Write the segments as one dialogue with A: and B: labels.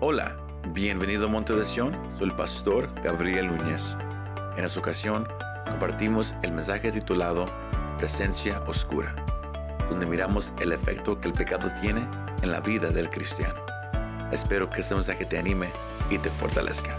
A: Hola, bienvenido a Monte de Sion, soy el pastor Gabriel Núñez. En esta ocasión compartimos el mensaje titulado Presencia Oscura, donde miramos el efecto que el pecado tiene en la vida del cristiano. Espero que este mensaje te anime y te fortalezca.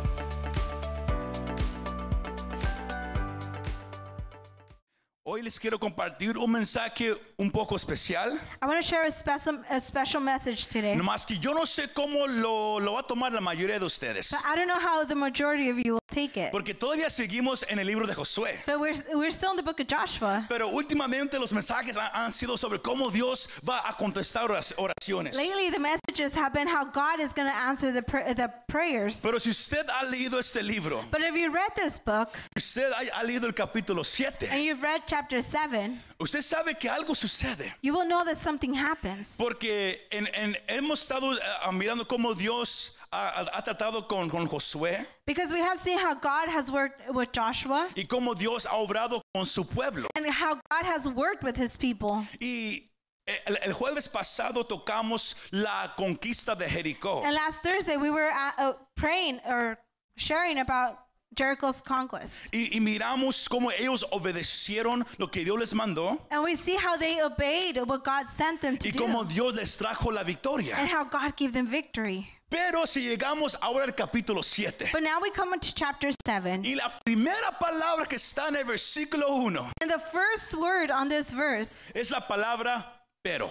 B: Hoy les quiero compartir un mensaje un poco especial.
C: I want to share a special, a special message today.
B: Nomás que yo no sé cómo lo, lo va a tomar la mayoría de ustedes.
C: But I don't know how the majority of you will take it.
B: Porque todavía seguimos en el libro de Josué.
C: But we're, we're still in the book of Joshua.
B: Pero últimamente los mensajes ha- han sido sobre cómo Dios va a contestar oras- oraciones.
C: Lately, the messages have been how God is going to answer the, pr- the prayers.
B: Pero si usted ha leído este libro,
C: But if you read this book
B: usted ha, ha leído el capítulo
C: and
B: 7,
C: you've read chapter 7,
B: usted sabe que algo sucede.
C: you will know that something happens.
B: Porque en- en- hemos estado ah, mirando cómo Dios ha, ha- ha tratado con, con Josué
C: Because we have seen how God has worked with Joshua
B: y cómo Dios ha obrado con su pueblo.
C: and how God has worked with his people.
B: Y eh, el, el jueves pasado tocamos la conquista de Jericó.
C: And last Thursday, we were at, uh, praying or sharing about Jericho's conquest.
B: Y, y miramos cómo ellos obedecieron lo que Dios les mandó
C: And we see how they obeyed what God sent them to
B: y
C: do.
B: cómo Dios les trajo la victoria.
C: and how God gave them victory.
B: Pero si llegamos ahora al capítulo 7.
C: But now we come into chapter 7.
B: Y la primera palabra que está en el versículo 1
C: And the first word on this verse
B: es la palabra pero,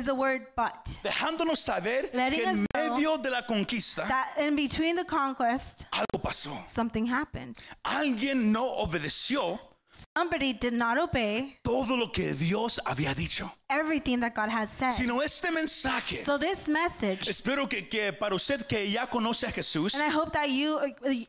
C: is the word but.
B: dejándonos saber
C: Letting
B: que en
C: us know
B: medio de la conquista
C: That in between the conquest,
B: algo pasó.
C: something happened.
B: Alguien no obedeció
C: Somebody did not obey
B: todo lo que Dios había dicho.
C: everything that God has said.
B: Sino este mensaje
C: So this message,
B: Espero que, que para usted que ya conoce a Jesús,
C: and I hope that you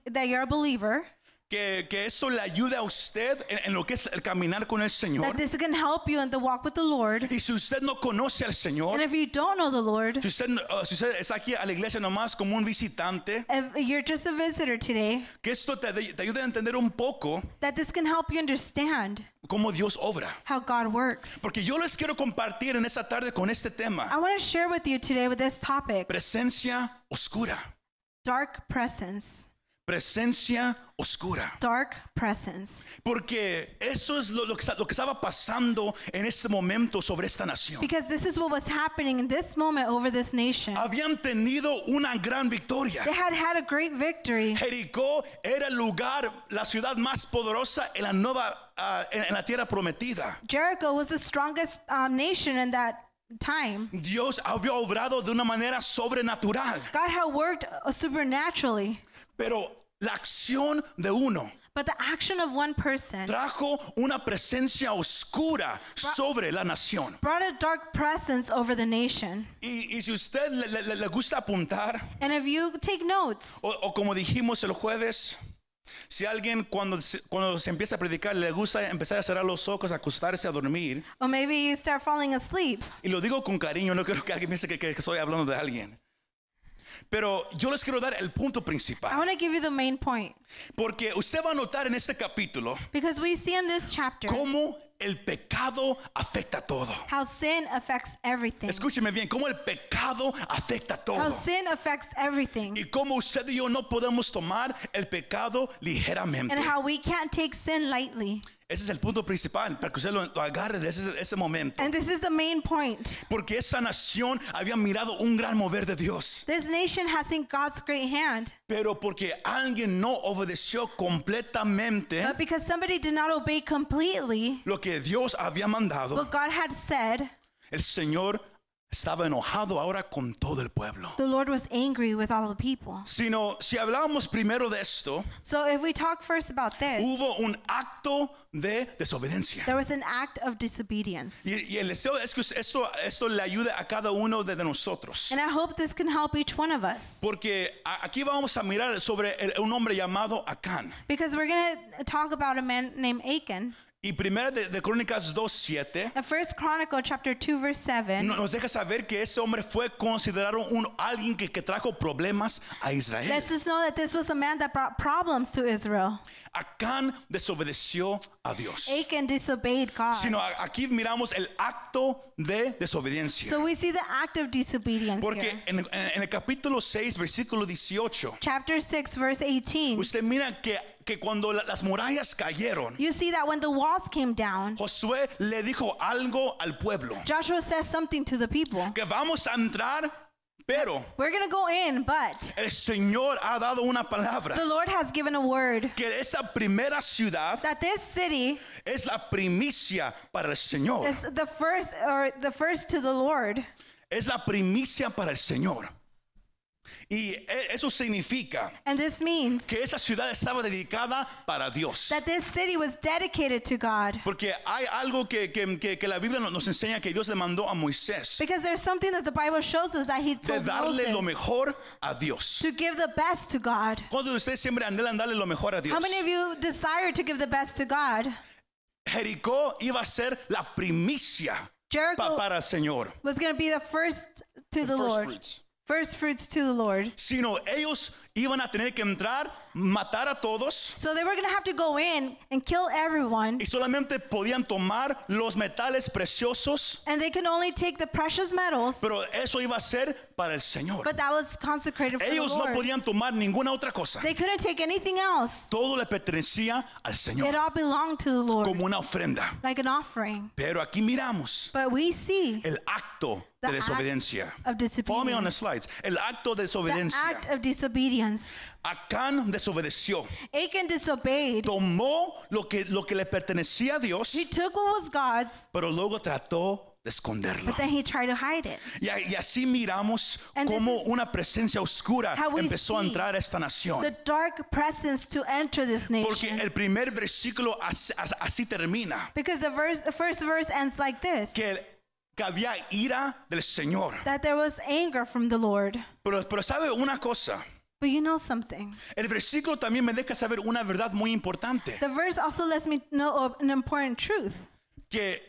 C: that you're a believer,
B: que, que esto le ayude a usted en, en lo que es el caminar con el
C: that
B: Señor.
C: this can help you in the walk with the Lord.
B: Y si usted no conoce al
C: And
B: Señor,
C: if you don't know the Lord,
B: si usted, no- uh, si usted está aquí a la iglesia nomás como un visitante,
C: if you're just a visitor today,
B: que esto te, de- te ayude a entender un poco
C: that this can help you understand
B: cómo Dios obra.
C: how God works.
B: Porque yo les quiero compartir en esta tarde con este tema,
C: I want to share with you today with this topic
B: presencia oscura,
C: dark presence.
B: presencia oscura.
C: Dark presence.
B: Porque eso es lo, lo que, está- lo que estaba pasando en este momento sobre esta nación.
C: Because this is what was happening in this moment over this nation.
B: habían tenido una gran
C: They
B: victoria.
C: had had a great victory.
B: Jericó era el lugar, la ciudad más poderosa en la nueva, ah, en, en la tierra prometida.
C: Jericho was the strongest um, nation in that time.
B: Dios había obrado de una manera sobrenatural,
C: God had worked uh, supernaturally.
B: pero la acción de uno
C: But the action of one person
B: trajo una presencia oscura sobre la nación.
C: brought a dark presence over the nation.
B: Y, y si usted le, le- le gusta apuntar,
C: And if you take notes,
B: o, o como dijimos el jueves, si alguien cuando se, cuando se empieza a predicar le gusta empezar a cerrar los ojos, acostarse a dormir,
C: or maybe you start falling asleep.
B: Y lo digo con cariño, no quiero que alguien piense que, que- que estoy hablando de alguien. Pero yo les quiero dar el punto
C: I
B: principal.
C: want to give you the main point.
B: Porque usted va a notar en este capítulo
C: Because we see in this chapter
B: cómo el pecado afecta todo.
C: how sin affects everything.
B: Escúcheme bien, cómo el pecado afecta todo.
C: How sin affects everything.
B: Y cómo usted y yo no podemos tomar el pecado
C: And
B: ligeramente.
C: how we can't take sin lightly.
B: Ese es el punto principal, para que usted lo, lo agarre desde ese, ese momento.
C: And this is the main point.
B: Porque esa nación había mirado un gran mover de Dios.
C: This nation has seen God's great hand.
B: Pero porque alguien no obedeció completamente.
C: But because somebody did not obey completely
B: lo que Dios había mandado,
C: what God had said,
B: el Señor estaba enojado ahora con todo el pueblo.
C: the Lord was angry with all the people.
B: Sino, si hablábamos primero de esto,
C: So if we talk first about this,
B: hubo un acto de desobediencia.
C: there was an act of disobedience.
B: Y, y el deseo es que esto, esto le ayude a cada uno de, de nosotros.
C: And I hope this can help each one of us.
B: Porque a- aquí vamos a mirar sobre el- un hombre llamado Acán.
C: Because we're going to talk about a man named Achan.
B: Y primera de, de Crónicas 2.7
C: In First Chronicle chapter 2 verse 7
B: no- nos deja saber que ese hombre fue considerado un, alguien que, que trajo problemas a Israel.
C: lets us know that this was a man that brought problems to Israel.
B: Acán desobedeció a Dios.
C: Achan disobeyed God.
B: Sino a- aquí miramos el acto de desobediencia.
C: So we see the act of disobedience here.
B: Porque en, en- en el capítulo 6, versículo 18,
C: Chapter 6 verse 18
B: usted mira que, que cuando la- las murallas cayeron,
C: you see that when the walls came down
B: Josué le dijo algo al pueblo,
C: Joshua says something to the people.
B: que vamos a entrar, pero
C: We're going to go in but
B: el Señor ha dado una palabra,
C: the Lord has given a word
B: que esa primera ciudad
C: that this city
B: es la primicia para el Señor,
C: is the first or the first to the Lord.
B: es la primicia para el Señor. Y e- eso significa
C: And this means
B: que esa ciudad estaba dedicada para Dios.
C: that this city was dedicated to God.
B: Porque hay algo que, que- que- que la Biblia no- nos enseña que Dios le mandó a Moisés
C: Because there's something that the Bible shows us that he
B: de
C: told
B: darle lo
C: Moses
B: mejor a Dios.
C: to give the best to God.
B: ¿Cuántos de ustedes siempre anhelan darle lo mejor a Dios?
C: How many of you desire to give the best to God?
B: Jericó iba a ser la primicia pa-
C: Jericho
B: para el Señor.
C: was going to be the first to the
B: First
C: Lord.
B: fruits.
C: First fruits to the Lord.
B: Sino ellos iban a tener que entrar, matar a todos
C: So they were going to have to go in and kill everyone.
B: y solamente podían tomar los metales preciosos,
C: And they can only take the precious metals,
B: pero eso iba a ser para el Señor.
C: but that was consecrated for the
B: Ellos no
C: Lord.
B: podían tomar ninguna otra cosa.
C: They couldn't take anything else.
B: Todo le pertenecía al
C: It
B: Señor
C: all belonged to the Lord,
B: como una ofrenda.
C: like an offering.
B: Pero aquí miramos
C: But we see
B: el acto de
C: The act
B: desobediencia.
C: of
B: Eh, Follow me on the
C: disobedience.
B: slides. El acto de
C: The
B: desobediencia.
C: act of disobedience.
B: Acán desobedeció.
C: Achan disobeyed.
B: Tomó lo que, lo que le pertenecía a Dios,
C: He took what was God's,
B: pero luego trató de esconderlo.
C: but then he tried to hide it.
B: Y, a- y así miramos
C: And this
B: cómo
C: is
B: una presencia oscura
C: how we
B: empezó a
C: see
B: entrar a esta
C: The
B: nación.
C: dark presence to enter this
B: Porque
C: nation.
B: el primer versículo así, as- así termina,
C: Because the verse, the first verse ends like this:
B: que, que había ira del Señor.
C: that there was anger from the Lord.
B: Pero, pero sabe una cosa,
C: But you know something.
B: El versículo también me deja saber una verdad muy importante,
C: The verse also lets me know of an important truth.
B: que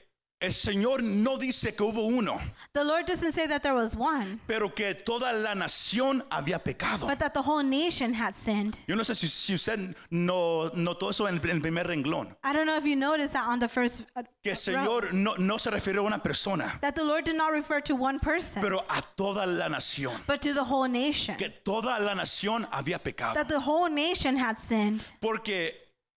B: el Señor no dice que hubo uno,
C: The Lord doesn't say that there was one,
B: pero que toda la nación había pecado.
C: but that the whole nation had sinned.
B: Yo no sé si, si usted no notó eso en el en el primer renglón,
C: I don't know if you noticed that on the first uh,
B: que el
C: row,
B: Señor no, no se refirió a una persona,
C: that the Lord did not refer to one person,
B: pero a toda la nación,
C: but to the whole nation.
B: que toda la nación había pecado.
C: That the whole nation had sinned.
B: Porque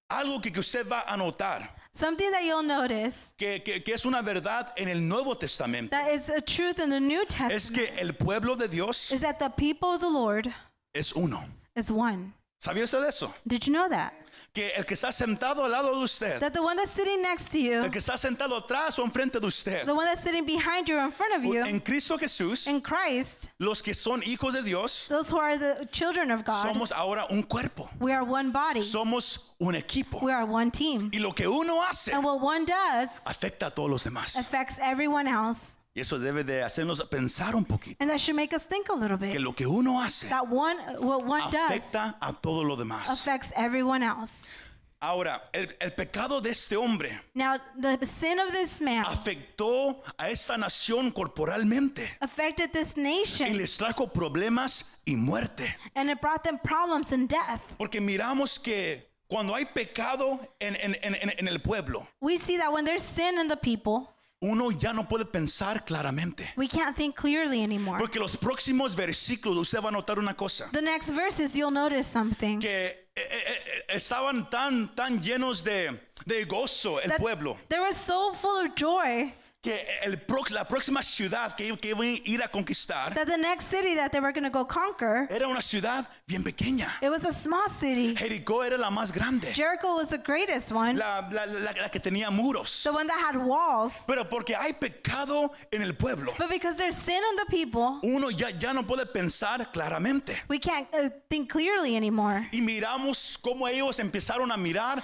B: algo que, que usted va a notar,
C: Something that you'll notice
B: que, que- que es una verdad en el Nuevo Testamento,
C: that is a truth in the New Testament
B: es que el pueblo de Dios
C: is that the people of the Lord
B: es uno.
C: is one.
B: ¿Sabía usted eso?
C: Did you know that?
B: que el que está sentado al lado de usted,
C: That the one that's sitting next to
B: el
C: you,
B: que está sentado atrás o enfrente de usted,
C: the one that's sitting behind you or in front of you,
B: en Cristo Jesús,
C: in Christ,
B: los que son hijos de Dios,
C: those who are the children of God,
B: somos ahora un cuerpo,
C: we are one body,
B: somos un equipo.
C: we are one team.
B: Y lo que uno hace
C: And what one does
B: afecta a todos los demás.
C: affects everyone else.
B: Y eso debe de hacernos pensar un poquito,
C: And that should make us think a little
B: que
C: bit.
B: lo que uno hace
C: That one, what one does
B: afecta a todos los demás.
C: affects everyone else.
B: Ahora, el, el pecado de este hombre
C: Now, the sin of this man
B: afectó a esta nación corporalmente
C: affected this
B: y
C: nation
B: les trajo problemas y muerte.
C: and it brought them problems and death.
B: Porque miramos que cuando hay pecado en, en- en- en- en el pueblo,
C: We see that when there's sin in the people,
B: uno ya no puede pensar claramente.
C: we can't think clearly anymore.
B: Porque los próximos versículos, usted va a notar una cosa,
C: The next verses, you'll notice something.
B: que eh, eh, eh, estaban tan, tan llenos de, de gozo el
C: That
B: pueblo,
C: They were so full of joy
B: que el, pro- la próxima ciudad que, que iban a ir a conquistar
C: that the next city that they were going to go conquer,
B: era una ciudad bien pequeña.
C: it was a small city.
B: Jericó era la más grande,
C: Jericho was the greatest one,
B: la, la- la- la que tenía muros.
C: the one that had walls.
B: Pero porque hay pecado en el pueblo,
C: But because there's sin in the people,
B: uno ya, ya no puede pensar claramente.
C: we can't uh, think clearly anymore.
B: y miramos cómo ellos empezaron a mirar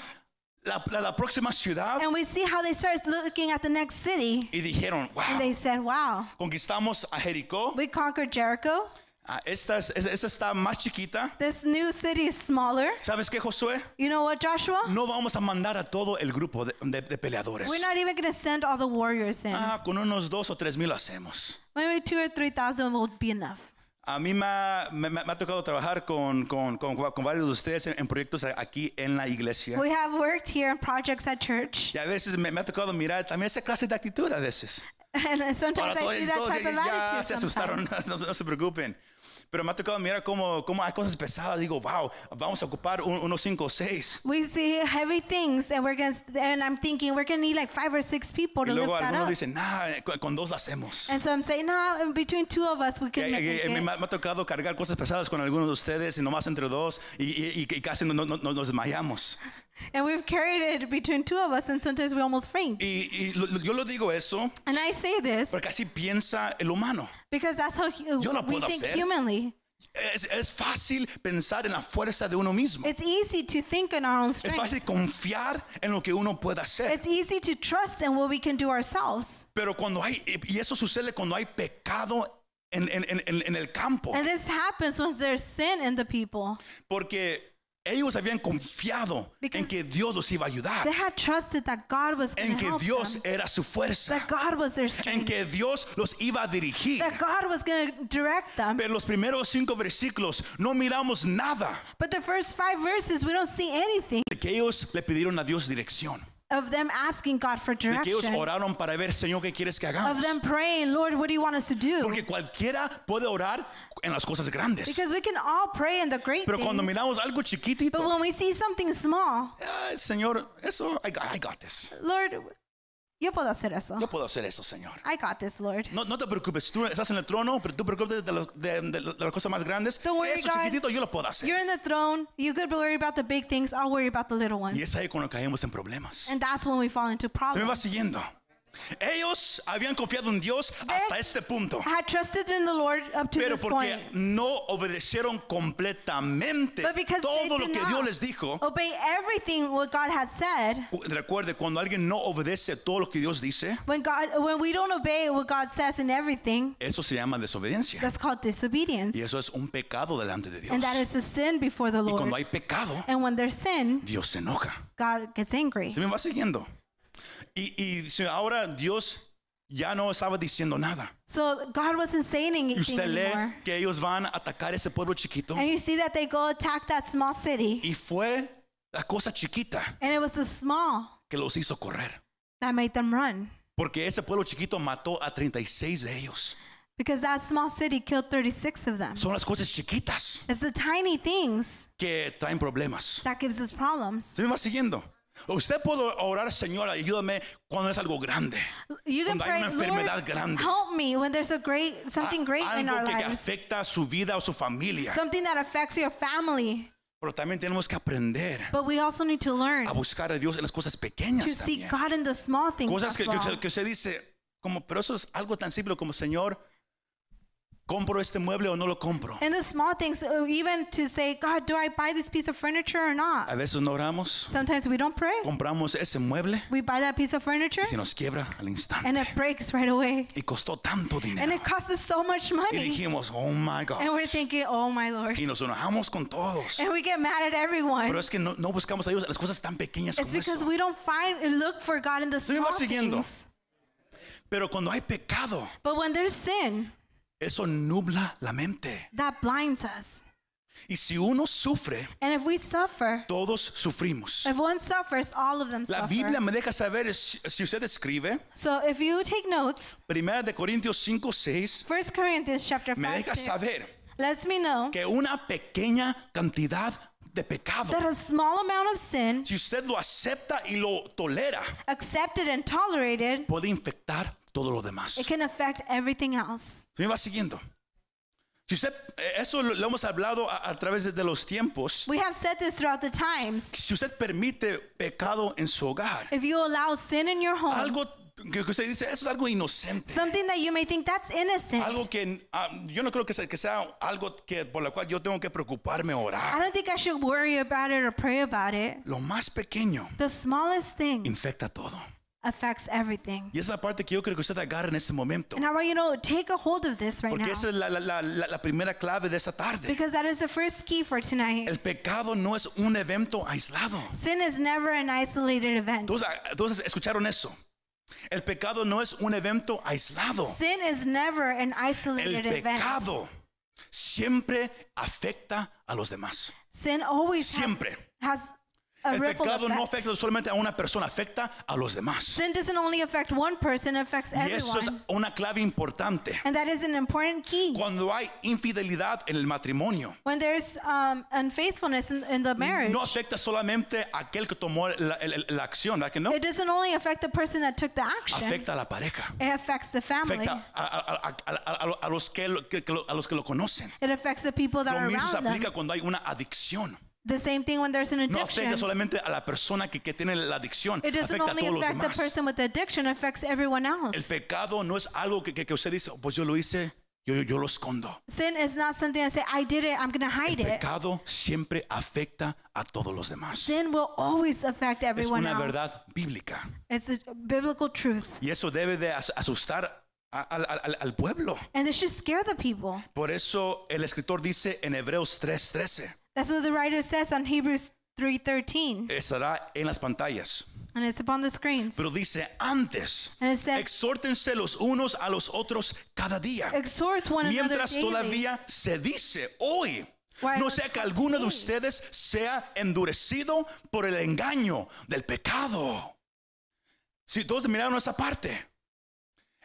B: la, la- la próxima ciudad
C: And we see how they start looking at the next city
B: y dijeron,
C: and
B: wow,
C: they said, wow,
B: conquistamos a Jericó,
C: we conquered Jericho,
B: Ah, esta, es- es- esta está más chiquita.
C: This new city is smaller.
B: ¿Sabes qué, Josué?
C: You know what, Joshua?
B: No vamos a mandar a todo el grupo de, de- de peleadores.
C: We're not even going to send all the warriors in.
B: Ah, con unos dos o tres mil hacemos.
C: Maybe two or three thousand will be enough.
B: A mí me ha, me- me- me ha tocado trabajar con, con- con- con varios de ustedes en, en proyectos a- aquí en la iglesia.
C: We have worked here in projects at church,
B: Y a veces me, me ha tocado mirar también esa clase de actitud a veces.
C: and sometimes
B: Ahora
C: I
B: todos,
C: see that
B: todos
C: type of
B: ya
C: attitude
B: se asustaron,
C: sometimes.
B: no, no se preocupen. Pero me ha tocado mirar cómo, cómo hay cosas pesadas. Digo, wow, vamos a ocupar un- unos cinco o seis.
C: We see heavy things, and we're gonna, and I'm thinking we're gonna need like five or six people
B: Y
C: to lift
B: luego
C: that
B: algunos
C: up.
B: dicen, nah, con, con dos la hacemos.
C: And so I'm saying, no, in between two of us, we
B: Y-
C: can
B: y-
C: make
B: y- me, me
C: it.
B: ha tocado cargar cosas pesadas con algunos de ustedes y nomás entre dos y, y- y- y casi no- no- no- nos desmayamos.
C: And we've carried it between two of us, and sometimes we almost faint.
B: Y, y lo- lo- yo lo digo eso
C: And I say this
B: porque así piensa el humano.
C: because that's how hu-
B: Yo lo
C: we
B: puedo
C: think
B: hacer.
C: humanly.
B: Es, es fácil pensar en la fuerza de uno mismo.
C: It's easy to think in our own
B: Es
C: strength.
B: fácil confiar en lo que uno puede hacer.
C: It's easy to trust in what we can do ourselves.
B: Pero cuando hay, y eso sucede cuando hay pecado en, en- en- en- en el campo,
C: And this happens when there's sin in the people.
B: porque ellos habían confiado en
C: Because-
B: que Dios los iba a
C: They
B: ayudar,
C: had trusted that God was going
B: en
C: to
B: que
C: help
B: Dios
C: them.
B: era su fuerza,
C: That God was their
B: en
C: strength.
B: que Dios los iba a dirigir.
C: That God was going to direct them.
B: Pero los primeros cinco versículos no miramos nada
C: But the first five verses, we don't see anything
B: de que ellos le pidieron a Dios dirección,
C: of them asking God for
B: de que ellos
C: direction.
B: oraron para ver, Señor, ¿qué quieres que
C: Of
B: hagamos?
C: them praying, Lord, what do you want us to do?
B: Porque cualquiera puede orar en las cosas grandes.
C: Because we can all pray in the great
B: Pero cuando
C: things.
B: miramos algo
C: But
B: chiquitito,
C: when we see something small,
B: "Ay, Señor, eso, I got, I got this.
C: Lord, yo puedo hacer eso.
B: Yo puedo hacer eso, Señor.
C: I got this, Lord.
B: No, no te preocupes, tú estás en el trono, pero tú preocúpate de, lo- de- de- de las cosas más grandes.
C: Don't worry,
B: Eso
C: God.
B: chiquitito yo lo puedo hacer.
C: You're in the throne. You could worry about the big things. I'll worry about the little ones.
B: Y es ahí cuando caemos en problemas.
C: And that's when we fall into
B: Se me va
C: problems.
B: siguiendo. Ellos habían confiado en Dios hasta este punto,
C: I had trusted in the Lord up to
B: pero
C: this point.
B: porque no obedecieron completamente
C: But because they
B: todo lo
C: did
B: que
C: not
B: Dios les dijo.
C: Obey everything what God has said.
B: Cu- Recuerde, cuando alguien no obedece todo lo que Dios dice,
C: When God when we don't obey what God says in everything,
B: eso se llama desobediencia.
C: that's called disobedience.
B: Y eso es un pecado delante de Dios.
C: And that
B: Y
C: is a sin before the Lord.
B: cuando hay pecado,
C: And when there's sin,
B: Dios se enoja.
C: God gets angry.
B: Se me va siguiendo. Y, y si ahora Dios ya no estaba diciendo nada.
C: So God wasn't saying
B: Y
C: anything
B: usted
C: anymore.
B: lee que ellos van a atacar ese pueblo chiquito.
C: And you see that they go attack that small city.
B: Y fue la cosa chiquita
C: And it was the small
B: que los hizo correr.
C: that made them run.
B: Porque ese pueblo chiquito mató a 36 de ellos.
C: Because that small city killed 36 of them.
B: Son las cosas chiquitas
C: It's the tiny things
B: que traen problemas.
C: that gives us problems.
B: Se me va siguiendo. Usted puede orar, Señor, ayúdame cuando es algo grande.
C: You can
B: Cuando hay
C: pray,
B: una enfermedad
C: Lord,
B: grande.
C: help me when there's a great something great in
B: Algo
C: our
B: que
C: lives.
B: afecta a su vida o su familia.
C: Something that affects your family.
B: Pero también tenemos que aprender
C: But we also need to learn
B: a buscar a Dios en las cosas
C: to
B: pequeñas
C: seek
B: también.
C: God in the small things
B: Cosas
C: as
B: que, que-
C: well.
B: que usted dice, como, pero eso es algo tan simple como, Señor, ¿compro este mueble o no lo compro?
C: In the small things, uh, even to say, God, do I buy this piece of furniture or
B: A
C: not?
B: veces no oramos,
C: Sometimes we don't pray.
B: compramos ese mueble
C: We buy that piece of furniture
B: y se nos quiebra al
C: and
B: instante.
C: it breaks right away.
B: Y costó tanto
C: And
B: dinero.
C: it costs us so much
B: Y
C: money.
B: dijimos, oh my God.
C: And we're thinking, oh my Lord.
B: Y nos enojamos con todos.
C: And we get mad at
B: Pero
C: everyone.
B: es que no, no buscamos a Dios en las cosas tan pequeñas
C: It's
B: como
C: because
B: eso.
C: we don't find and look for God in the
B: Sí, me va
C: small
B: siguiendo.
C: things.
B: Pero cuando hay pecado,
C: But when there's sin,
B: eso nubla la mente.
C: that blinds us.
B: Y si uno sufre,
C: And if we suffer,
B: todos sufrimos.
C: if one suffers, all of them
B: La
C: suffer.
B: Biblia me deja saber, si si usted escribe,
C: So if you take notes,
B: Primera de Corintios 5, 6
C: First Corinthians chapter
B: me
C: 5
B: deja
C: 6,
B: saber
C: lets me know
B: que una pequeña cantidad de pecado,
C: that a small amount of sin,
B: si usted lo acepta y lo tolera,
C: accepted and tolerated,
B: puede infectar todo lo demás.
C: it can affect everything else.
B: ¿Se me va siguiendo? Si usted, eh, eso lo, lo hemos hablado a, a través de- de los tiempos.
C: We have said this throughout the times.
B: Si usted permite pecado en su hogar,
C: If you allow sin in your home,
B: algo que que usted dice, eso es algo inocente.
C: something that you may think that's innocent,
B: Algo que ah, yo no creo que sea, que sea algo que, por la cual yo tengo que preocuparme o
C: I
B: orar.
C: don't think I should worry about it or pray about it.
B: Lo más pequeño
C: The smallest thing
B: infecta todo.
C: affects everything.
B: Y esa es la parte que yo creo que usted agarre en este momento.
C: And I want you to take a hold of this right
B: Porque
C: now.
B: esa es la, la- la- la- la primera clave de esta tarde.
C: Because that is the first key for tonight.
B: El pecado no es un evento aislado.
C: Sin is never an isolated event.
B: Entonces, ah, entonces, escucharon eso. El pecado no es un evento aislado.
C: Sin is never an
B: El
C: isolated event.
B: pecado siempre afecta a los demás.
C: Sin always
B: Siempre.
C: has, has a
B: El
C: ripple
B: pecado
C: effect.
B: no afecta solamente a una persona, afecta a los demás.
C: Sin doesn't only affect one person, it affects
B: Y eso es
C: everyone.
B: una clave importante.
C: And that is an important key.
B: Cuando hay infidelidad en el matrimonio,
C: When there's um, unfaithfulness in, in the marriage,
B: no afecta solamente a aquel que tomó la, el- el- la acción, ¿verdad que no?
C: it doesn't only affect the person that took the action,
B: Afecta a la pareja,
C: it affects the family.
B: afecta a, a- a- a- a- a los que lo, que- que lo- a los que lo conocen.
C: It affects the people that
B: Lo
C: are
B: mismo se
C: around them.
B: aplica cuando hay una adicción.
C: The same thing when there's an
B: No
C: addiction.
B: afecta solamente a la persona que, que tiene la adicción,
C: it doesn't
B: afecta a
C: only
B: todos los
C: affect the
B: demás.
C: person with addiction, it affects everyone
B: El
C: else.
B: pecado no es algo que, que- que usted dice, "Oh, pues yo lo hice, yo, yo, yo lo escondo.
C: Sin is not something I say, I did it, I'm going to hide
B: El
C: it.
B: pecado siempre afecta a todos los demás.
C: Sin will always affect
B: Es
C: everyone
B: una
C: else.
B: verdad bíblica.
C: It's a biblical truth.
B: Y eso debe de as- asustar a- al- al- al pueblo.
C: And it should scare the people.
B: Por eso el escritor dice en Hebreos 3:13,
C: That's what the writer says on Hebrews 3.13.
B: estará en las pantallas,
C: And it's upon the screens.
B: pero dice antes,
C: And it says,
B: exhórtense los unos a los otros cada día,
C: exhort one another
B: mientras
C: daily.
B: todavía se dice hoy.
C: While
B: No
C: it
B: sea que
C: was
B: alguno de
C: today.
B: ustedes sea endurecido por el engaño del pecado. Si todos miraron esa parte,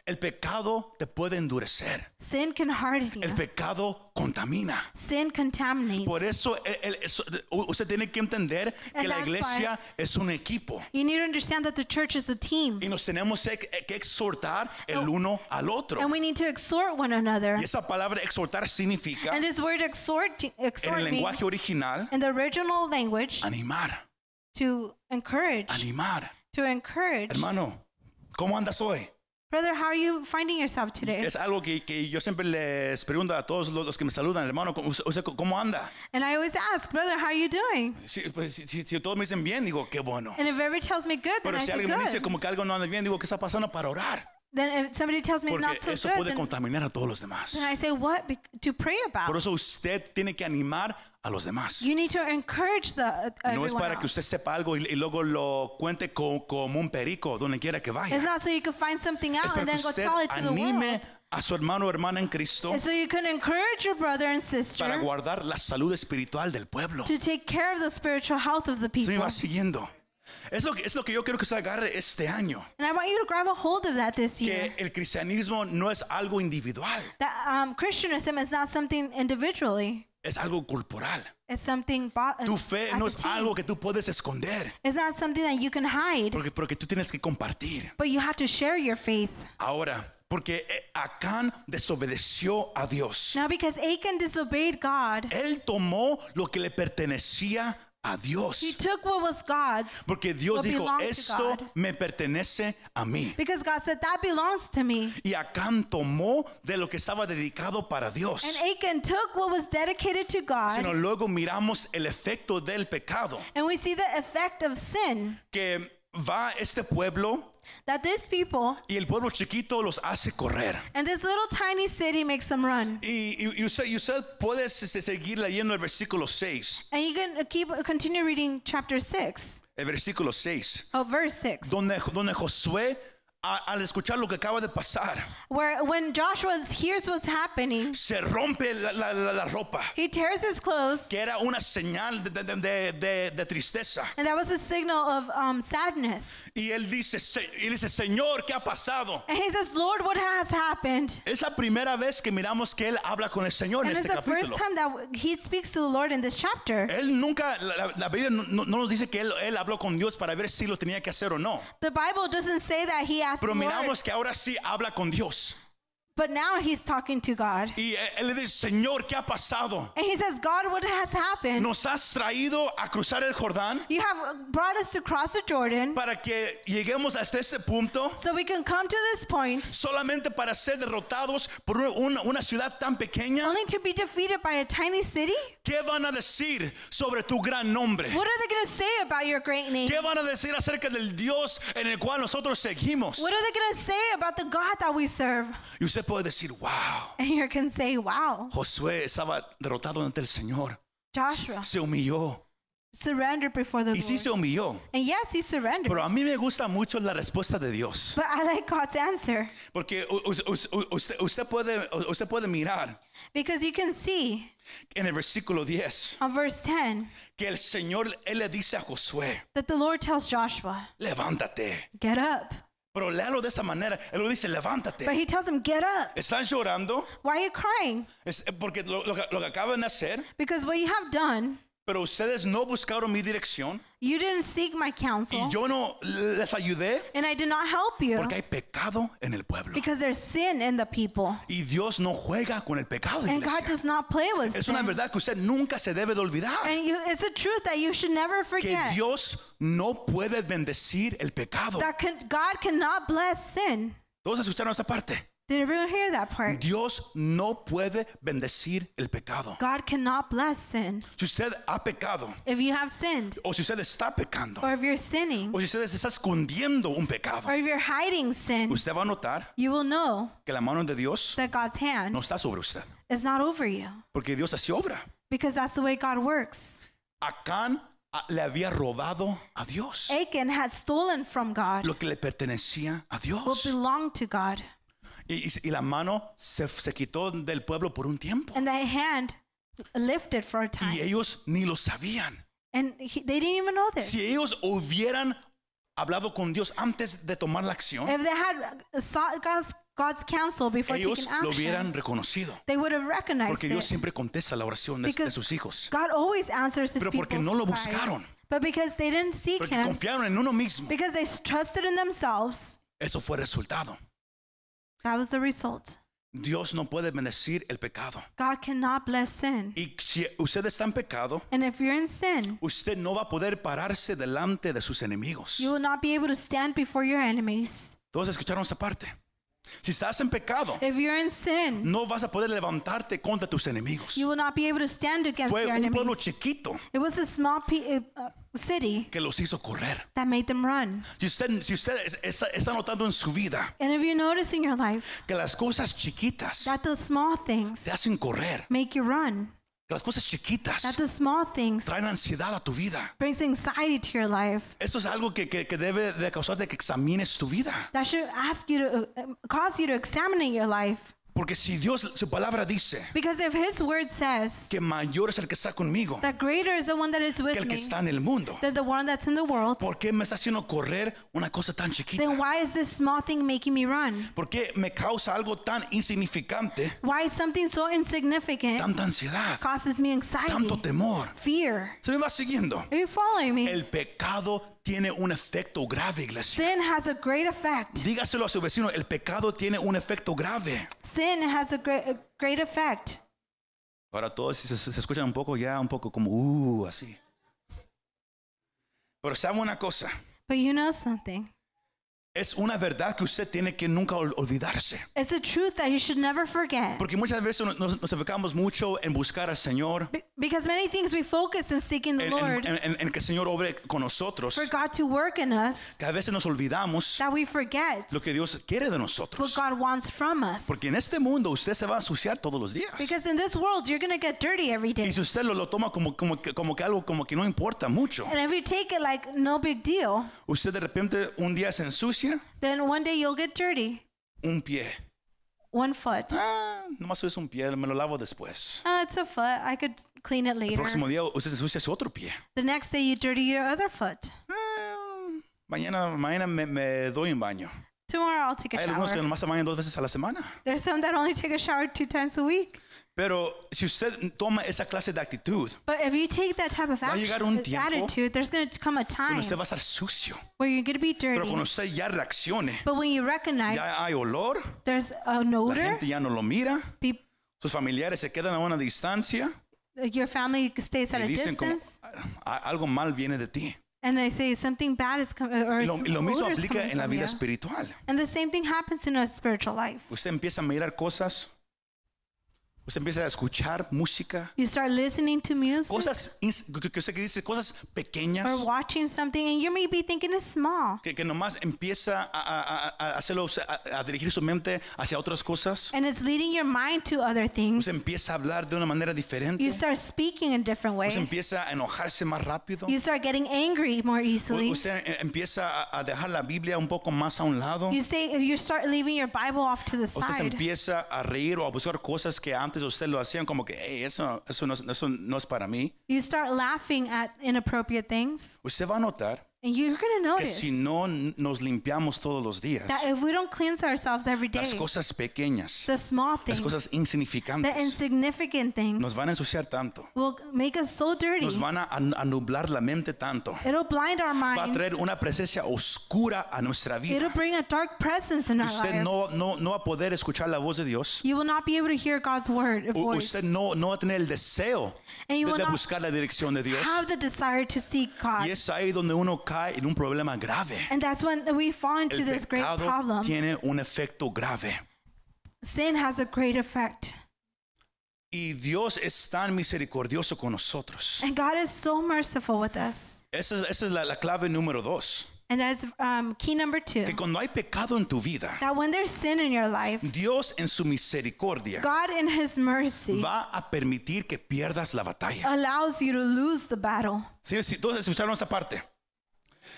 B: el pecado te puede endurecer,
C: Sin can harden you.
B: el pecado contamina.
C: Sin contaminates.
B: Por eso el- el- eso- u- usted tiene que entender que
C: And
B: la
C: that's
B: iglesia es un equipo
C: You need to understand that the church is a team.
B: y nos tenemos que, eh, que exhortar el
C: And-
B: uno al otro.
C: And we need to exhort one another.
B: Y esa palabra exhortar significa
C: And this word exhort,
B: en el
C: exhort means,
B: lenguaje original
C: in the original language,
B: animar,
C: to encourage,
B: animar.
C: to encourage.
B: Hermano, ¿cómo andas hoy?
C: Brother, how are you finding yourself today?
B: Es algo que, que yo siempre les pregunto a todos los, los que me saludan, hermano, ¿cómo, usted cómo anda?
C: And I always ask, brother, how are you doing?
B: Si, pues, si- si- si todos me dicen bien, digo, qué bueno.
C: And if everybody tells me good, then
B: Pero
C: I
B: si
C: say
B: alguien me dice
C: good.
B: como que algo no anda bien, digo, ¿qué está pasando para orar?
C: Then if somebody tells me
B: Porque
C: not so
B: eso
C: good,
B: puede
C: then,
B: contaminar a todos los demás.
C: then I say what Bec- to pray about.
B: Por eso usted tiene que animar a los demás.
C: You need to encourage the uh,
B: No es
C: everyone
B: para que
C: else.
B: usted sepa algo y, y luego lo cuente co- como un perico donde quiera que vaya.
C: It's not so you can find something
B: Es
C: out
B: para
C: and
B: que
C: then go
B: usted
C: tell it to the
B: anime
C: world.
B: a su hermano o hermana en Cristo
C: And so you can encourage your brother and
B: para
C: sister
B: guardar la salud espiritual del pueblo.
C: to take care of the spiritual health of the
B: Se me
C: people.
B: va siguiendo. Es lo, que, es lo que yo quiero que usted agarre este año.
C: And I want you to grab a hold of that this year.
B: Que el cristianismo no es algo individual,
C: That um, Christianism is not something individually.
B: es algo corporal.
C: It's something bo-
B: Tu fe
C: as
B: no
C: a
B: es
C: team.
B: algo que tú puedes esconder,
C: It's not something that you can hide,
B: porque, porque tú tienes que compartir.
C: but you have to share your faith.
B: Ahora, porque eh, Acán desobedeció a Dios.
C: Now, because Achan disobeyed God,
B: Él tomó lo que le pertenecía a
C: he
B: Dios.
C: took what was God's.
B: Porque Dios
C: what
B: dijo,
C: belonged to
B: esto
C: God."
B: me pertenece a mí.
C: Because God said, That belongs to me.
B: Y Acán tomó de lo que estaba dedicado para Dios.
C: And Achan took what was dedicated to
B: Sino
C: God,
B: luego miramos el efecto del pecado.
C: and we see the effect of sin
B: Que va este pueblo
C: that these people
B: y el pueblo chiquito los hace correr.
C: and this little tiny city makes them run.
B: Y, y- y usted, y usted puede se- se- seguir leyendo el versículo 6.
C: And you can keep continue reading chapter 6,
B: El versículo 6.
C: oh, verse 6,
B: donde, donde Josué, a- al escuchar lo que acaba de pasar,
C: where when Joshua hears what's happening,
B: se rompe la, la- la- la ropa,
C: he tears his clothes,
B: que era una señal de, de- de- de- de tristeza.
C: and that was a signal of um, sadness.
B: Y él dice, "Se- y dice, Señor, ¿qué ha pasado?
C: And he says, Lord, what has happened?
B: Es la primera vez que miramos que él habla con el Señor en
C: And it's
B: este
C: the first
B: capítulo. Eh.
C: time that he speaks to the Lord in this chapter.
B: Él nunca, la, la- la Biblia no, no- no nos dice que él, él habló con Dios para ver si lo tenía que hacer o no.
C: The Bible doesn't say that he asked
B: Pero
C: the Lord,
B: miramos que ahora sí habla con Dios.
C: But now he's talking to God.
B: Y e, él él le dice, Señor, ¿qué ha pasado?
C: And he says, God, what has happened?
B: ¿Nos has traído a cruzar el Jordán
C: You have brought us to cross the Jordan
B: para que lleguemos hasta este punto
C: so we can come to this point
B: solamente para ser derrotados por una, una ciudad tan pequeña?
C: only to be defeated by a tiny city?
B: ¿Qué van a decir sobre tu gran nombre?
C: What are they going to say about your great name?
B: ¿Qué van a decir acerca del Dios en el cual nosotros seguimos?
C: What are they going to say about the God that we serve?
B: Y usted puede decir, wow,
C: And you can say, wow,
B: Josué estaba derrotado ante el Señor,
C: Joshua
B: se humilló.
C: surrendered before the
B: Y sí se
C: Lord.
B: humilló.
C: And yes, he surrendered.
B: Pero a mí me gusta mucho la respuesta de Dios.
C: But I like God's answer
B: Porque u- u- u- usted, usted puede, usted puede mirar
C: because you can see
B: en el versículo 10
C: on Uh, verse 10
B: que el Señor, Él le dice a Josué,
C: that the Lord tells Joshua,
B: levántate.
C: get up.
B: Pero léalo de esa manera. Él lo dice,
C: But
B: levántate.
C: he tells him, get up.
B: Estás llorando
C: Why are you crying?
B: es porque lo, lo que- lo que acaban de hacer,
C: Because what you have done,
B: pero ustedes no buscaron mi dirección
C: you didn't seek my
B: y
C: counsel,
B: yo no les ayudé
C: and I did not help you
B: porque hay pecado en el pueblo.
C: because there's sin in the people.
B: Y Dios no juega con el pecado.
C: And
B: iglesia.
C: God does not play with
B: Es una
C: sin.
B: verdad que usted nunca se debe de olvidar.
C: And you, it's a truth that you should never
B: Que
C: forget
B: Dios no puede bendecir el pecado.
C: that can, God cannot bless sin.
B: Todos escucharon esa parte.
C: Did everyone hear that part?
B: Dios no puede bendecir el pecado.
C: God cannot bless sin.
B: Si usted ha pecado,
C: If you have sinned,
B: o si usted está pecando,
C: or if you're sinning,
B: o si usted se está escondiendo un pecado,
C: or if you're hiding sin,
B: usted va a notar
C: you will know
B: que la mano de Dios
C: that God's
B: no
C: hand
B: está sobre usted.
C: is not over you
B: Porque Dios así obra.
C: because that's the way God works.
B: Acán a- le había robado a Dios
C: Achan had stolen from God
B: lo que le pertenecía a
C: what
B: Dios.
C: belonged to God,
B: Y, y- y la mano se, se quitó del pueblo por un tiempo.
C: and that hand lifted for a
B: Y
C: time.
B: ellos ni lo sabían.
C: And he, they didn't even know this.
B: Si ellos hubieran hablado con Dios antes de tomar la acción,
C: If they had sought God's, God's counsel before
B: ellos
C: taking
B: lo hubieran
C: action,
B: reconocido.
C: they would have recognized
B: Porque Dios
C: it.
B: siempre contesta la oración de, de
C: Because
B: sus hijos.
C: God always answers his
B: Pero porque
C: people's
B: no lo
C: cries.
B: buscaron.
C: But because they didn't seek
B: Porque
C: him,
B: confiaron en uno mismo.
C: because they trusted in themselves,
B: Eso fue el resultado.
C: that was the result.
B: Dios no puede bendecir el pecado.
C: God cannot bless sin.
B: Y si usted está en pecado,
C: And if you're in sin,
B: usted no va a poder pararse delante de sus enemigos.
C: you will not be able to stand before your enemies.
B: Todos escucharon esa parte. Si estás en pecado,
C: If you're in sin,
B: no vas a poder levantarte contra tus enemigos.
C: you will not be able to stand against
B: Fue
C: your
B: un pueblo
C: enemies.
B: chiquito
C: It was a small pe- uh, uh, city
B: que los hizo correr.
C: that made them run.
B: Si usted, si usted es- está, está notando en su vida
C: And if you notice in your life
B: que las cosas chiquitas
C: that the small things
B: te hacen correr,
C: make you run,
B: que las cosas chiquitas
C: that the small things
B: traen ansiedad a tu vida,
C: brings anxiety to your life,
B: eso es algo que, que- que debe de causarte que examines tu vida.
C: that should ask you to uh, cause you to examine your life.
B: Porque si Dios, su palabra dice
C: Because if His Word says
B: que mayor es el que está conmigo
C: that greater is the one that is
B: que
C: with
B: el que
C: me
B: está en el mundo,
C: than the one that's in the world,
B: ¿por qué me está haciendo correr una cosa tan chiquita?
C: then why is this small thing making me run?
B: ¿Por qué me causa algo tan insignificante,
C: Why is something so insignificant
B: tanta ansiedad,
C: causes me anxiety,
B: tanto temor?
C: fear?
B: Se me va siguiendo.
C: Are you following me?
B: El pecado tiene un efecto grave, iglesia.
C: Sin has a great effect.
B: Dígaselo a su vecino, el pecado tiene un efecto grave.
C: Sin has a great, a great effect.
B: Ahora todos se, se- se escuchan un poco ya, un poco como, uh, así. Pero sabe una cosa,
C: But you know something.
B: es una verdad que usted tiene que nunca ol- olvidarse.
C: It's a truth that you should never forget.
B: Porque muchas veces nos- nos, nos enfocamos mucho en buscar al Señor,
C: Be- Because many things we focus in seeking the
B: en, en-
C: Lord
B: en- en- en que el Señor obre con nosotros,
C: for God to work in us
B: que a veces nos olvidamos
C: that we forget
B: lo que Dios quiere de
C: what
B: nosotros.
C: God wants from us.
B: Porque en este mundo usted se va a ensuciar todos los días.
C: Because in this world, you're going to get dirty every
B: Y
C: day.
B: si usted lo, lo toma como, como, que- como que algo como que no importa mucho,
C: And if you take it like no big deal,
B: usted de repente un día se ensucia
C: then one day you'll get dirty.
B: un pie.
C: One foot.
B: Ah, nomás es un pie, me lo lavo después.
C: Oh, it's a foot. I could clean it
B: El
C: later.
B: próximo día usted se ensucia su otro pie.
C: The next day, you dirty your other foot.
B: Ah, mañana mañana me, me doy un baño.
C: Tomorrow, I'll take a
B: Hay algunos que
C: shower.
B: nomás se bañan dos veces a la semana.
C: There's some that only take a shower two times a week.
B: Pero si usted toma esa clase de actitud,
C: But if you take that type of
B: Va a
C: action,
B: llegar un tiempo
C: attitude, there's going to come a
B: cuando
C: time
B: usted va a estar sucio.
C: where you're going to be
B: Pero
C: dirty.
B: cuando usted ya reaccione,
C: But when you recognize
B: ya hay olor,
C: there's an
B: la
C: odor,
B: gente ya no lo mira,
C: peop
B: sus familiares se quedan a una distancia
C: your family stays at
B: y
C: a
B: dicen como,
C: distance,
B: "A- algo mal viene de ti.
C: and they say something bad is coming, or
B: Y lo,
C: some
B: y lo mismo
C: odor is
B: aplica
C: coming
B: en la
C: from
B: vida
C: you.
B: espiritual.
C: And the same thing happens in our spiritual life.
B: Usted empieza a mirar cosas, usted empieza a escuchar música,
C: You start listening to music
B: cosas ins- que- que usted que dice, cosas pequeñas
C: or watching something, and you may be thinking it's small,
B: que, que nomás empieza a, a- a- a hacerlo, a, a dirigir su mente hacia otras cosas.
C: and it's leading your mind to other things.
B: Usted empieza a hablar de una manera diferente.
C: You start speaking a different way.
B: Usted empieza a enojarse más rápido.
C: You start getting angry more
B: U-
C: easily.
B: Usted eh, empieza a- a dejar la Biblia un poco más a un lado.
C: You say you start leaving your Bible off to the
B: Usted se
C: side.
B: empieza a reír o a buscar cosas que antes usted lo hacían como que "Ey, eso, eso, no, es- eso no es para mí.
C: You start laughing at inappropriate things,
B: Usted va a notar
C: and you're gonna
B: que
C: notice
B: si no n- nos limpiamos todos los días,
C: that if we don't cleanse ourselves every
B: las
C: day,
B: cosas pequeñas,
C: the small
B: las
C: things,
B: cosas
C: the
B: insignificantes,
C: insignificant things,
B: nos van a ensuciar tanto.
C: will make us so dirty.
B: Nos van a, a nublar la mente tanto.
C: It'll blind our
B: Va a
C: minds.
B: traer una presencia oscura a nuestra
C: It'll
B: vida.
C: bring a dark presence in our
B: Usted
C: lives.
B: no, no, no va a poder escuchar la voz de Dios.
C: you will not be able to hear God's word,
B: U-
C: voice,
B: Usted no, no va a tener el deseo
C: And
B: de,
C: you will
B: de
C: not
B: buscar la dirección de Dios.
C: have the desire to seek God.
B: Y es ahí donde uno cae en un problema grave.
C: And that's when we fall into
B: El
C: this great
B: pecado
C: problem.
B: tiene un efecto grave.
C: Sin has a great effect.
B: Y Dios es tan misericordioso con nosotros.
C: And God is so merciful with us.
B: Esa es, esa es la, la clave número dos.
C: And that's um, key number two.
B: Que cuando hay pecado en tu vida,
C: That when there's sin in your life,
B: Dios en su misericordia
C: God in His mercy
B: va a permitir que pierdas la batalla.
C: allows you to lose the battle.
B: Sí, sí, entonces escucharon esa parte.